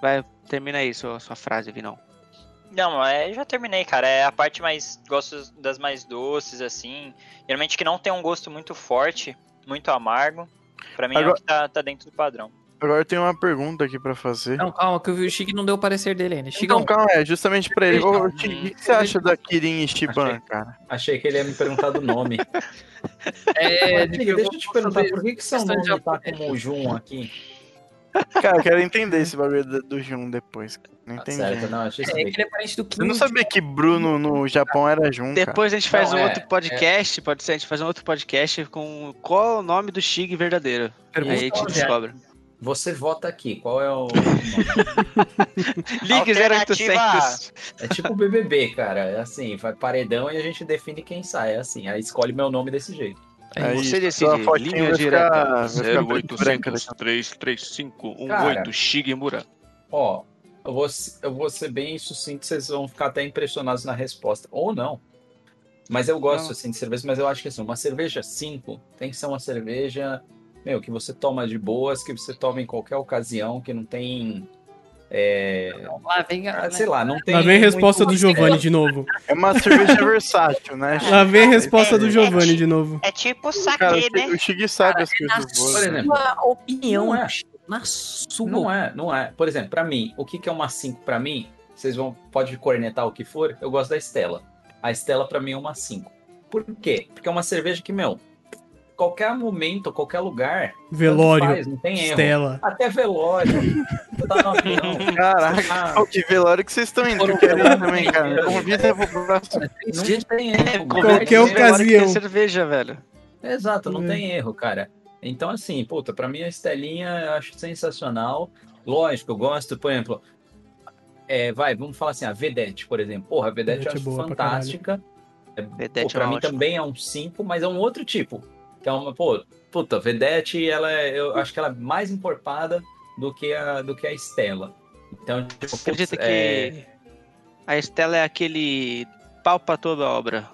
[SPEAKER 8] Vai, termina aí sua, sua frase, Vinão.
[SPEAKER 7] Não, é, já terminei, cara. É a parte mais. Gosto das mais doces, assim. Geralmente que não tem um gosto muito forte, muito amargo. Pra mim é o
[SPEAKER 6] Agora-
[SPEAKER 7] que tá, tá dentro do padrão.
[SPEAKER 6] Agora eu tenho uma pergunta aqui pra fazer.
[SPEAKER 1] Não, calma, que eu vi o Chique não deu o parecer dele ainda. Chique, um
[SPEAKER 6] Então, calma, é justamente pra ele. Ô,
[SPEAKER 1] Hum.
[SPEAKER 8] Então,
[SPEAKER 6] Chi, o que, que você acha da Kirin Ichiban,
[SPEAKER 2] Achei.
[SPEAKER 6] cara?
[SPEAKER 2] Achei que ele ia me perguntar do nome.
[SPEAKER 1] é,
[SPEAKER 2] Mas, Diga, deixa eu te perguntar, por que, que seu
[SPEAKER 1] questão
[SPEAKER 2] nome
[SPEAKER 1] de
[SPEAKER 2] tá
[SPEAKER 1] japonês.
[SPEAKER 2] como Jun aqui?
[SPEAKER 6] Cara, eu quero entender esse bagulho do, do Jun depois. Não
[SPEAKER 2] Tá
[SPEAKER 6] entendi.
[SPEAKER 2] certo, não, deixa eu
[SPEAKER 1] É que
[SPEAKER 2] explicar.
[SPEAKER 1] ele é parente do Kim.
[SPEAKER 6] Eu não sabia que Bruno no Japão era Jun, cara.
[SPEAKER 8] Depois a gente faz
[SPEAKER 2] Não,
[SPEAKER 8] um
[SPEAKER 2] é,
[SPEAKER 8] outro podcast, pode ser, a gente faz um outro podcast com qual é o nome do Shig verdadeiro. E aí a gente
[SPEAKER 1] óbvia.
[SPEAKER 8] descobre.
[SPEAKER 2] Você vota aqui, qual é o.
[SPEAKER 8] Ligue
[SPEAKER 7] Alternativa A.
[SPEAKER 8] 0800.
[SPEAKER 2] é tipo o BBB, cara. É assim, vai paredão e a gente define quem sai. É assim, aí escolhe meu nome desse jeito.
[SPEAKER 6] Aí,
[SPEAKER 8] Você
[SPEAKER 6] só a
[SPEAKER 8] decide.
[SPEAKER 6] fotinha
[SPEAKER 8] Linha
[SPEAKER 6] vai ficar- vai
[SPEAKER 8] direta.
[SPEAKER 6] ficar preta e branca daqui
[SPEAKER 8] 0800 335
[SPEAKER 2] Cara.
[SPEAKER 8] 18 Shigimura.
[SPEAKER 2] Ó, eu vou, se- eu vou ser bem sucinto, vocês vão ficar até impressionados na resposta. Ou não. Mas eu gosto,
[SPEAKER 8] Não.
[SPEAKER 2] assim, de cerveja, mas eu acho que assim, uma cerveja 5 tem que ser uma cerveja, meu, que você toma de boas, que você toma em qualquer ocasião, que não tem. é,
[SPEAKER 1] Lá vem a...
[SPEAKER 2] ah, sei lá, não tem.
[SPEAKER 3] Lá vem a
[SPEAKER 2] muito-
[SPEAKER 3] resposta do Giovanni de novo.
[SPEAKER 6] É uma cerveja versátil, né?
[SPEAKER 3] Lá vem a resposta do
[SPEAKER 6] É,
[SPEAKER 3] Giovanni de novo.
[SPEAKER 7] É tipo
[SPEAKER 6] Cara, o
[SPEAKER 7] saque,
[SPEAKER 6] Chi-
[SPEAKER 7] né?
[SPEAKER 6] o Shig sabe as coisas
[SPEAKER 2] Por
[SPEAKER 6] boas. né?
[SPEAKER 2] exemplo,
[SPEAKER 1] Sua opinião,
[SPEAKER 2] Não é.
[SPEAKER 1] Chique, na sua
[SPEAKER 2] Não é, não é. Por exemplo, pra mim, o que, que é uma 5 pra mim? Vocês vão pode cornetar o que for, eu gosto da Estela. A Estela pra mim é uma 5. Por quê? Porque é uma cerveja que, meu, qualquer momento, qualquer lugar, tanto
[SPEAKER 3] Velório,
[SPEAKER 2] faz, não tem erro.
[SPEAKER 3] Stella.
[SPEAKER 2] Até velório. você tá no avião,
[SPEAKER 6] Caraca,
[SPEAKER 2] ah,
[SPEAKER 6] ó, que velório que vocês estão indo. Eu quero ir também, cara. Convida eu vou pro próximo.
[SPEAKER 2] não tem erro.
[SPEAKER 3] Qualquer
[SPEAKER 2] Tem erro.
[SPEAKER 3] ocasião.
[SPEAKER 8] cerveja, velho.
[SPEAKER 2] Exato, não
[SPEAKER 3] É.
[SPEAKER 2] tem erro, cara. Então, assim, puta, pra mim a Estelinha eu acho sensacional. Lógico, eu gosto, por exemplo. é, vai, vamos falar assim, a Vedete, por exemplo. Porra, a Vedete eu
[SPEAKER 3] Vedete é
[SPEAKER 2] acho
[SPEAKER 3] boa pra
[SPEAKER 2] fantástica.
[SPEAKER 8] Vedete
[SPEAKER 2] Pô,
[SPEAKER 8] é
[SPEAKER 2] pra
[SPEAKER 8] uma
[SPEAKER 2] mim
[SPEAKER 8] ótima.
[SPEAKER 2] também é um 5, mas é um outro tipo. Que é uma, pô, puta, Vedete, ela é- eu acho que ela é mais encorpada do que a, do que a Estela. Então, tipo, putz,
[SPEAKER 8] Acredita que
[SPEAKER 2] é,
[SPEAKER 8] a Estela é aquele pau pra toda obra.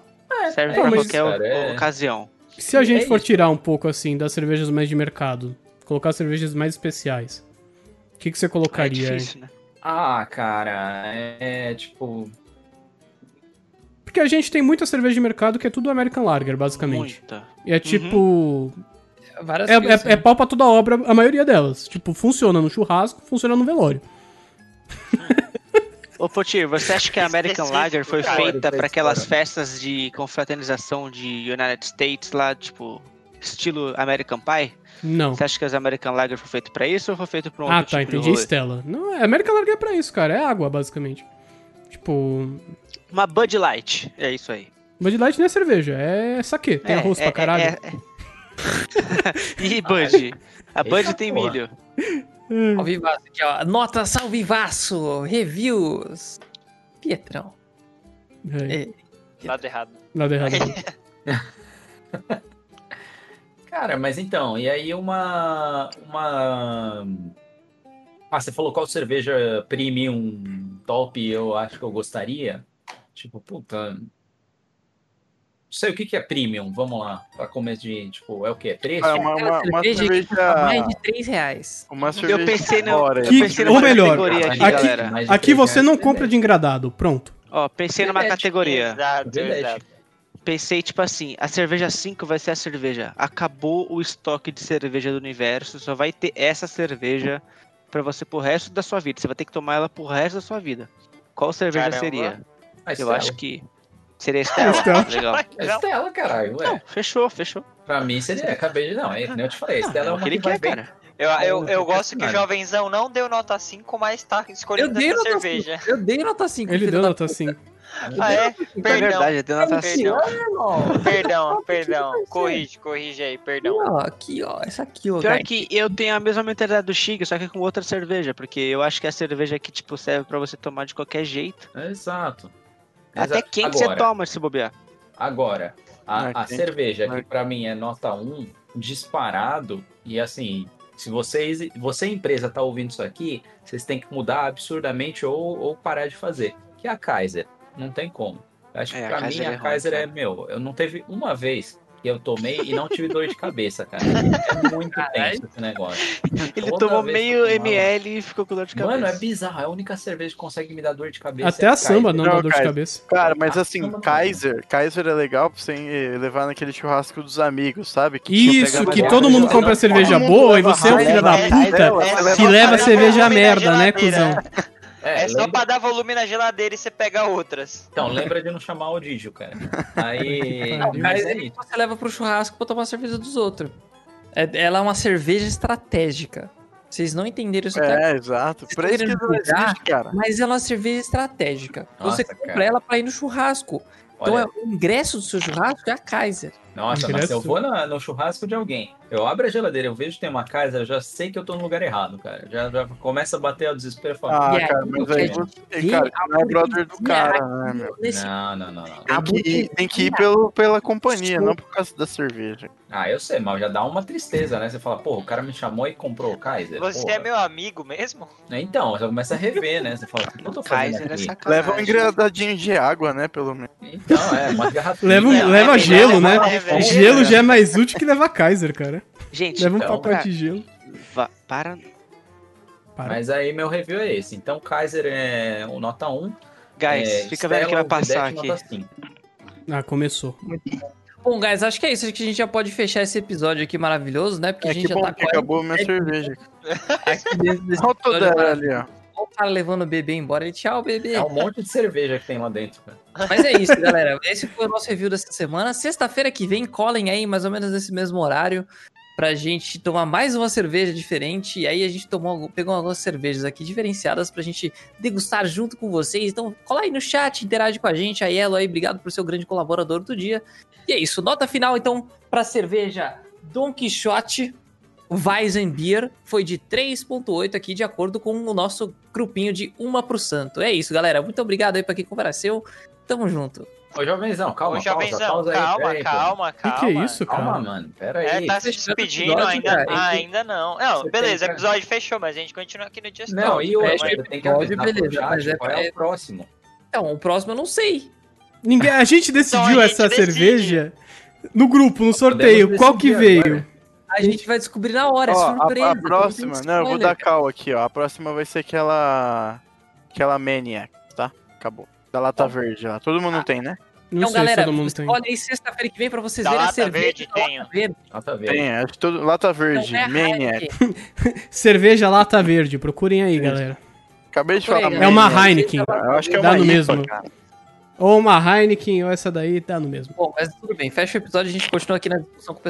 [SPEAKER 8] Serve
[SPEAKER 2] é
[SPEAKER 8] pra
[SPEAKER 2] isso,
[SPEAKER 8] qualquer
[SPEAKER 2] cara, é.
[SPEAKER 8] ocasião.
[SPEAKER 3] Se a gente
[SPEAKER 2] É
[SPEAKER 3] for
[SPEAKER 2] isso.
[SPEAKER 3] tirar um pouco assim das cervejas mais de mercado, colocar cervejas mais especiais, o que, que você
[SPEAKER 8] É
[SPEAKER 3] colocaria? hein?
[SPEAKER 8] difícil, né?
[SPEAKER 2] Ah, cara, é tipo.
[SPEAKER 3] Porque a gente tem muita cerveja de mercado que é tudo American Lager, basicamente.
[SPEAKER 8] Muita.
[SPEAKER 3] E é
[SPEAKER 8] Uhum.
[SPEAKER 3] tipo.
[SPEAKER 1] Várias
[SPEAKER 3] É,
[SPEAKER 1] coisas,
[SPEAKER 3] é, é pau pra toda obra, a maioria delas. Tipo, funciona no churrasco, funciona no velório.
[SPEAKER 8] Ô, Potir, você acha que a American
[SPEAKER 7] Específico,
[SPEAKER 8] Lager foi
[SPEAKER 7] cara.
[SPEAKER 8] feita
[SPEAKER 2] Olha,
[SPEAKER 8] pra
[SPEAKER 2] tá
[SPEAKER 8] aquelas
[SPEAKER 2] estourando.
[SPEAKER 8] festas de confraternização de United States lá, tipo, estilo American Pie?
[SPEAKER 3] Não.
[SPEAKER 8] Você acha que as American Lager foi feito pra isso ou foi feito pra um
[SPEAKER 3] Ah,
[SPEAKER 8] outro
[SPEAKER 3] tá,
[SPEAKER 8] tipo de
[SPEAKER 3] entendi.
[SPEAKER 8] rolê?
[SPEAKER 3] Estela. Não, é American Lager é pra isso, cara. É água, basicamente. Tipo.
[SPEAKER 8] Uma Bud Light, é isso aí.
[SPEAKER 3] Bud Light não é cerveja, é saquê. Tem
[SPEAKER 8] é,
[SPEAKER 3] arroz pra caralho.
[SPEAKER 8] é- é- e Bud? A Bud
[SPEAKER 2] Eita
[SPEAKER 8] tem
[SPEAKER 2] porra.
[SPEAKER 8] milho.
[SPEAKER 1] Ao vivaço aqui, ó. Nota salvivaço, reviews. Pietrão.
[SPEAKER 3] É,
[SPEAKER 7] Lado errado.
[SPEAKER 3] nada errado.
[SPEAKER 8] É.
[SPEAKER 2] Cara, mas então, e aí uma. Uma. Ah, você falou qual cerveja premium top eu acho que eu gostaria? Tipo, puta. Não sei o que que é premium, vamos lá. Pra começo de. Tipo, é o quê? É preço?
[SPEAKER 6] Ah, uma, uma, uma
[SPEAKER 1] cerveja que custa tá
[SPEAKER 2] Ah.
[SPEAKER 1] mais
[SPEAKER 6] cerveja.
[SPEAKER 1] de 3 reais.
[SPEAKER 6] Uma cerveja.
[SPEAKER 8] Eu pensei, no,
[SPEAKER 6] fora,
[SPEAKER 8] eu
[SPEAKER 3] Que-
[SPEAKER 8] pensei numa
[SPEAKER 3] ou melhor,
[SPEAKER 2] Ah,
[SPEAKER 8] categoria aqui,
[SPEAKER 3] aqui-
[SPEAKER 8] galera.
[SPEAKER 2] Mais de
[SPEAKER 3] Aqui
[SPEAKER 2] três
[SPEAKER 3] você
[SPEAKER 2] reais,
[SPEAKER 3] não
[SPEAKER 2] né,
[SPEAKER 3] compra de engradado, pronto.
[SPEAKER 8] Ó, pensei numa
[SPEAKER 1] Verdade,
[SPEAKER 8] categoria.
[SPEAKER 7] Exato,
[SPEAKER 2] Verdade.
[SPEAKER 7] exato.
[SPEAKER 8] Pensei, tipo assim, a cerveja 5 vai ser a cerveja. Acabou o estoque de cerveja do universo, só vai ter essa cerveja pra você pro resto da sua vida. Você vai ter que tomar ela pro resto da sua vida. Qual cerveja
[SPEAKER 7] Caramba.
[SPEAKER 8] seria?
[SPEAKER 2] A
[SPEAKER 8] Eu
[SPEAKER 2] Estela.
[SPEAKER 8] acho que seria a Estela.
[SPEAKER 3] Estela.
[SPEAKER 8] Legal.
[SPEAKER 2] A Estela, é caralho. Ué,
[SPEAKER 8] Fechou, fechou.
[SPEAKER 2] pra mim seria. Acabei de. Não, é, que nem eu te falei. A
[SPEAKER 8] Não,
[SPEAKER 2] Estela é
[SPEAKER 8] é o
[SPEAKER 2] uma
[SPEAKER 8] que ele
[SPEAKER 2] que vai bem
[SPEAKER 8] quer, cara.
[SPEAKER 7] Eu, eu, eu
[SPEAKER 2] Olha,
[SPEAKER 7] gosto que o
[SPEAKER 2] cara.
[SPEAKER 7] jovenzão não deu nota 5, mas tá
[SPEAKER 1] Eu
[SPEAKER 7] escolhendo
[SPEAKER 1] dei
[SPEAKER 7] essa
[SPEAKER 1] nota
[SPEAKER 7] cerveja.
[SPEAKER 1] 5. Eu dei nota 5.
[SPEAKER 3] Ele deu tá assim. nota 5.
[SPEAKER 7] Ah, é?
[SPEAKER 8] É
[SPEAKER 7] Perdão,
[SPEAKER 8] verdade, deu nota
[SPEAKER 7] perdão,
[SPEAKER 1] irmão.
[SPEAKER 7] perdão, perdão. Corrige, corrige aí, perdão.
[SPEAKER 1] Ó, aqui, ó. Essa aqui, ó.
[SPEAKER 8] Pior
[SPEAKER 1] cara.
[SPEAKER 8] que eu tenho a mesma mentalidade do Shiga, só que com outra cerveja, porque eu acho que a cerveja que, tipo, serve pra você tomar de qualquer jeito.
[SPEAKER 2] Exato.
[SPEAKER 8] Até
[SPEAKER 2] Exato.
[SPEAKER 8] quem que
[SPEAKER 2] Agora-
[SPEAKER 8] você toma se bobear.
[SPEAKER 2] Agora,
[SPEAKER 6] Ah,
[SPEAKER 2] a, a
[SPEAKER 6] tem-
[SPEAKER 2] cerveja,
[SPEAKER 6] ah.
[SPEAKER 2] que pra mim é nota 1, disparado, e assim, se vocês, você empresa tá ouvindo isso aqui, vocês têm que mudar absurdamente ou, ou parar de fazer, que é a Kaiser, não tem como. Eu acho
[SPEAKER 8] É,
[SPEAKER 2] que
[SPEAKER 8] a
[SPEAKER 2] pra mim
[SPEAKER 8] Kaiser é
[SPEAKER 2] a
[SPEAKER 8] ruim,
[SPEAKER 2] Kaiser é,
[SPEAKER 8] cara.
[SPEAKER 2] meu, eu não teve uma vez que eu tomei e não tive dor de cabeça, cara. É muito tenso esse negócio.
[SPEAKER 8] Ele
[SPEAKER 2] Toda
[SPEAKER 8] tomou
[SPEAKER 2] vez que eu
[SPEAKER 8] meio
[SPEAKER 2] tomava-
[SPEAKER 8] ml e ficou com dor de cabeça.
[SPEAKER 2] Mano, é bizarro, é a única cerveja que consegue me dar dor de cabeça.
[SPEAKER 3] Até
[SPEAKER 2] é
[SPEAKER 3] a samba
[SPEAKER 2] Kaiser.
[SPEAKER 3] não dá
[SPEAKER 6] Não,
[SPEAKER 3] dor de
[SPEAKER 6] cara.
[SPEAKER 3] cabeça.
[SPEAKER 6] Cara, mas
[SPEAKER 2] Ah,
[SPEAKER 6] assim,
[SPEAKER 2] não, não.
[SPEAKER 6] Kaiser, Kaiser é legal pra você eh, levar naquele churrasco dos amigos, sabe? Que tinha um
[SPEAKER 3] Isso,
[SPEAKER 6] pegado
[SPEAKER 3] que
[SPEAKER 6] uma
[SPEAKER 3] todo
[SPEAKER 6] cerveja
[SPEAKER 3] mundo
[SPEAKER 2] não,
[SPEAKER 3] compra
[SPEAKER 2] não,
[SPEAKER 3] cerveja
[SPEAKER 6] todo mundo
[SPEAKER 3] boa e
[SPEAKER 6] leva
[SPEAKER 3] você é o
[SPEAKER 6] raiva,
[SPEAKER 3] filho da
[SPEAKER 6] leva
[SPEAKER 3] puta
[SPEAKER 6] raiva,
[SPEAKER 7] É
[SPEAKER 3] que
[SPEAKER 6] leva
[SPEAKER 3] leva
[SPEAKER 7] raiva,
[SPEAKER 3] cerveja
[SPEAKER 7] leva
[SPEAKER 3] merda, né,
[SPEAKER 7] raiva,
[SPEAKER 3] cuzão? né?
[SPEAKER 2] É,
[SPEAKER 7] É só
[SPEAKER 2] lembra-
[SPEAKER 7] pra dar volume na geladeira e você pegar outras.
[SPEAKER 2] Então, lembra de não chamar o Didio, cara. Aí.
[SPEAKER 3] Não,
[SPEAKER 2] mas
[SPEAKER 1] Mas
[SPEAKER 2] é
[SPEAKER 1] aí
[SPEAKER 2] isso.
[SPEAKER 1] você leva pro churrasco pra tomar a cerveja dos outros. É- ela é uma cerveja estratégica. Vocês não entenderam isso aqui.
[SPEAKER 6] É, exato.
[SPEAKER 1] Vocês
[SPEAKER 6] Por isso que
[SPEAKER 1] querendo
[SPEAKER 6] não
[SPEAKER 1] brigar?
[SPEAKER 6] existe, cara.
[SPEAKER 1] Mas ela é uma cerveja estratégica.
[SPEAKER 2] Nossa,
[SPEAKER 1] você compra
[SPEAKER 2] cara.
[SPEAKER 1] ela pra ir no churrasco. Então
[SPEAKER 2] Olha,
[SPEAKER 1] é, o ingresso do seu churrasco é a Kaiser.
[SPEAKER 2] Nossa, mas
[SPEAKER 3] Ingresso.
[SPEAKER 2] se eu vou na- no churrasco de alguém, eu abro a geladeira, eu vejo que tem uma casa, eu já sei que eu tô no lugar errado, cara. Já, já começa a bater o desespero e falar.
[SPEAKER 6] Ah,
[SPEAKER 1] E aí,
[SPEAKER 6] cara, mas aí
[SPEAKER 1] gente,
[SPEAKER 6] você, cara, você não é brother do cara, né, meu?
[SPEAKER 1] Nesse-
[SPEAKER 2] Não, não, não, não.
[SPEAKER 1] A
[SPEAKER 6] Tem que ir,
[SPEAKER 1] mulher-
[SPEAKER 6] tem que ir pelo, pela companhia,
[SPEAKER 1] Sim.
[SPEAKER 6] não por causa da cerveja.
[SPEAKER 2] Ah, eu sei, mas já dá uma tristeza, né? Você fala, pô, o cara me chamou e comprou o Kaiser.
[SPEAKER 7] Você
[SPEAKER 2] porra.
[SPEAKER 7] é meu amigo mesmo?
[SPEAKER 2] Então, você começa a rever, né? Você fala, o que eu tô fazendo
[SPEAKER 8] Kaiser é
[SPEAKER 2] aqui?
[SPEAKER 8] sacanagem.
[SPEAKER 6] Leva um engradadinho de água, né, pelo menos.
[SPEAKER 2] Então, é, uma garrafinha.
[SPEAKER 3] Leva, um-
[SPEAKER 7] Não,
[SPEAKER 3] leva
[SPEAKER 7] é
[SPEAKER 3] gelo,
[SPEAKER 7] verdade,
[SPEAKER 3] né?
[SPEAKER 7] é verdade.
[SPEAKER 3] Gelo já é mais útil que levar Kaiser, cara.
[SPEAKER 8] Gente,
[SPEAKER 3] Leva um
[SPEAKER 2] Então,
[SPEAKER 3] pacote de gelo.
[SPEAKER 8] va- para.
[SPEAKER 3] Para.
[SPEAKER 2] Mas aí meu review é esse. Então, Kaiser é o nota 1.
[SPEAKER 8] Guys,
[SPEAKER 2] é,
[SPEAKER 8] fica vendo que vai
[SPEAKER 2] Stella,
[SPEAKER 8] passar
[SPEAKER 2] Vedete,
[SPEAKER 8] aqui.
[SPEAKER 2] nota 5.
[SPEAKER 3] Ah, começou.
[SPEAKER 1] Bom, guys, acho que é isso. Acho que a gente já pode fechar esse episódio aqui maravilhoso, né? Porque
[SPEAKER 6] É
[SPEAKER 1] a gente
[SPEAKER 6] que
[SPEAKER 1] já
[SPEAKER 6] bom
[SPEAKER 1] tá
[SPEAKER 6] que acabou a minha cerveja.
[SPEAKER 1] aqui dentro desse
[SPEAKER 6] Olha o
[SPEAKER 1] episódio
[SPEAKER 6] Todero
[SPEAKER 1] maravilhoso.
[SPEAKER 6] ali, ó.
[SPEAKER 1] Olha o cara levando o bebê embora. Ele, Tchau, bebê.
[SPEAKER 2] É um monte de cerveja que tem lá dentro, cara.
[SPEAKER 1] Mas é isso, galera. Esse foi o nosso review dessa semana. Sexta-feira que vem, colhem aí, mais ou menos nesse mesmo horário, pra gente tomar mais uma cerveja diferente. E aí a gente tomou, pegou algumas cervejas aqui diferenciadas pra gente degustar junto com vocês. Então, cola aí no chat, interage com a gente. A Yellow aí, obrigado por ser o grande colaborador do dia. E é isso. Nota final, então, pra cerveja Don Quixote. Weizenbier foi de 3.8 aqui, de acordo com o nosso grupinho de uma pro santo. É isso, galera. Muito obrigado aí pra quem compareceu. Tamo junto.
[SPEAKER 2] Ô, jovenzão, calma,
[SPEAKER 7] Ô, jovenzão,
[SPEAKER 2] pausa, pausa aí,
[SPEAKER 7] calma,
[SPEAKER 2] peraí, pô.
[SPEAKER 7] calma,
[SPEAKER 3] O
[SPEAKER 7] calma.
[SPEAKER 3] que, que é isso, cara?
[SPEAKER 2] Calma, mano, pera aí.
[SPEAKER 7] É, tá se
[SPEAKER 1] Fechando o
[SPEAKER 7] despedindo
[SPEAKER 1] episódio,
[SPEAKER 7] ainda,
[SPEAKER 1] cara.
[SPEAKER 7] ah, ainda não. Não,
[SPEAKER 2] Você
[SPEAKER 7] beleza,
[SPEAKER 2] tem
[SPEAKER 7] o
[SPEAKER 2] que-
[SPEAKER 7] episódio fechou, mas a gente continua aqui no dia
[SPEAKER 2] Não, e
[SPEAKER 1] é,
[SPEAKER 2] outra,
[SPEAKER 1] mas-
[SPEAKER 2] tem que avisar
[SPEAKER 1] pode,
[SPEAKER 2] pro
[SPEAKER 1] beleza, mas
[SPEAKER 2] chat
[SPEAKER 1] é-
[SPEAKER 2] qual é
[SPEAKER 1] é-
[SPEAKER 2] o próximo.
[SPEAKER 1] Então, o próximo eu não sei.
[SPEAKER 3] Ninguém, a gente decidiu
[SPEAKER 7] Então a gente
[SPEAKER 3] essa
[SPEAKER 7] decide.
[SPEAKER 3] cerveja no grupo, no sorteio.
[SPEAKER 2] Podemos
[SPEAKER 3] Qual que
[SPEAKER 2] decidir
[SPEAKER 3] veio?
[SPEAKER 2] agora.
[SPEAKER 1] A gente vai descobrir na hora, é
[SPEAKER 6] Ó,
[SPEAKER 1] surpresa.
[SPEAKER 6] a, a próxima, não, eu vou dar
[SPEAKER 1] Spoiler.
[SPEAKER 6] cal aqui, ó. A próxima vai ser aquela. Aquela Maniac, tá? Acabou. Da lata
[SPEAKER 1] Tá.
[SPEAKER 6] verde lá. Todo mundo tem, né?
[SPEAKER 3] Não
[SPEAKER 1] Então,
[SPEAKER 3] sei
[SPEAKER 1] galera,
[SPEAKER 3] se todo mundo tem.
[SPEAKER 1] olha aí sexta-feira que vem pra vocês
[SPEAKER 7] Da
[SPEAKER 1] verem a
[SPEAKER 7] lata
[SPEAKER 1] cerveja.
[SPEAKER 7] verde
[SPEAKER 1] da lata
[SPEAKER 7] tenho.
[SPEAKER 1] verde.
[SPEAKER 2] Ah, tá vendo.
[SPEAKER 6] Tem, acho que todo. Lata verde,
[SPEAKER 1] Não é
[SPEAKER 6] Maniac.
[SPEAKER 1] Heineken.
[SPEAKER 3] Cerveja lata verde, procurem aí, galera.
[SPEAKER 6] Acabei de
[SPEAKER 1] Procura
[SPEAKER 6] falar.
[SPEAKER 1] aí,
[SPEAKER 3] É uma
[SPEAKER 6] Maniac.
[SPEAKER 3] Heineken.
[SPEAKER 6] Eu acho que é
[SPEAKER 3] Dá
[SPEAKER 6] uma
[SPEAKER 3] no
[SPEAKER 6] IPA,
[SPEAKER 3] mesmo.
[SPEAKER 6] cara.
[SPEAKER 3] Ou uma Heineken, ou essa daí, dá no mesmo.
[SPEAKER 1] Bom, mas tudo bem. Fecha o episódio, a gente continua aqui na discussão com o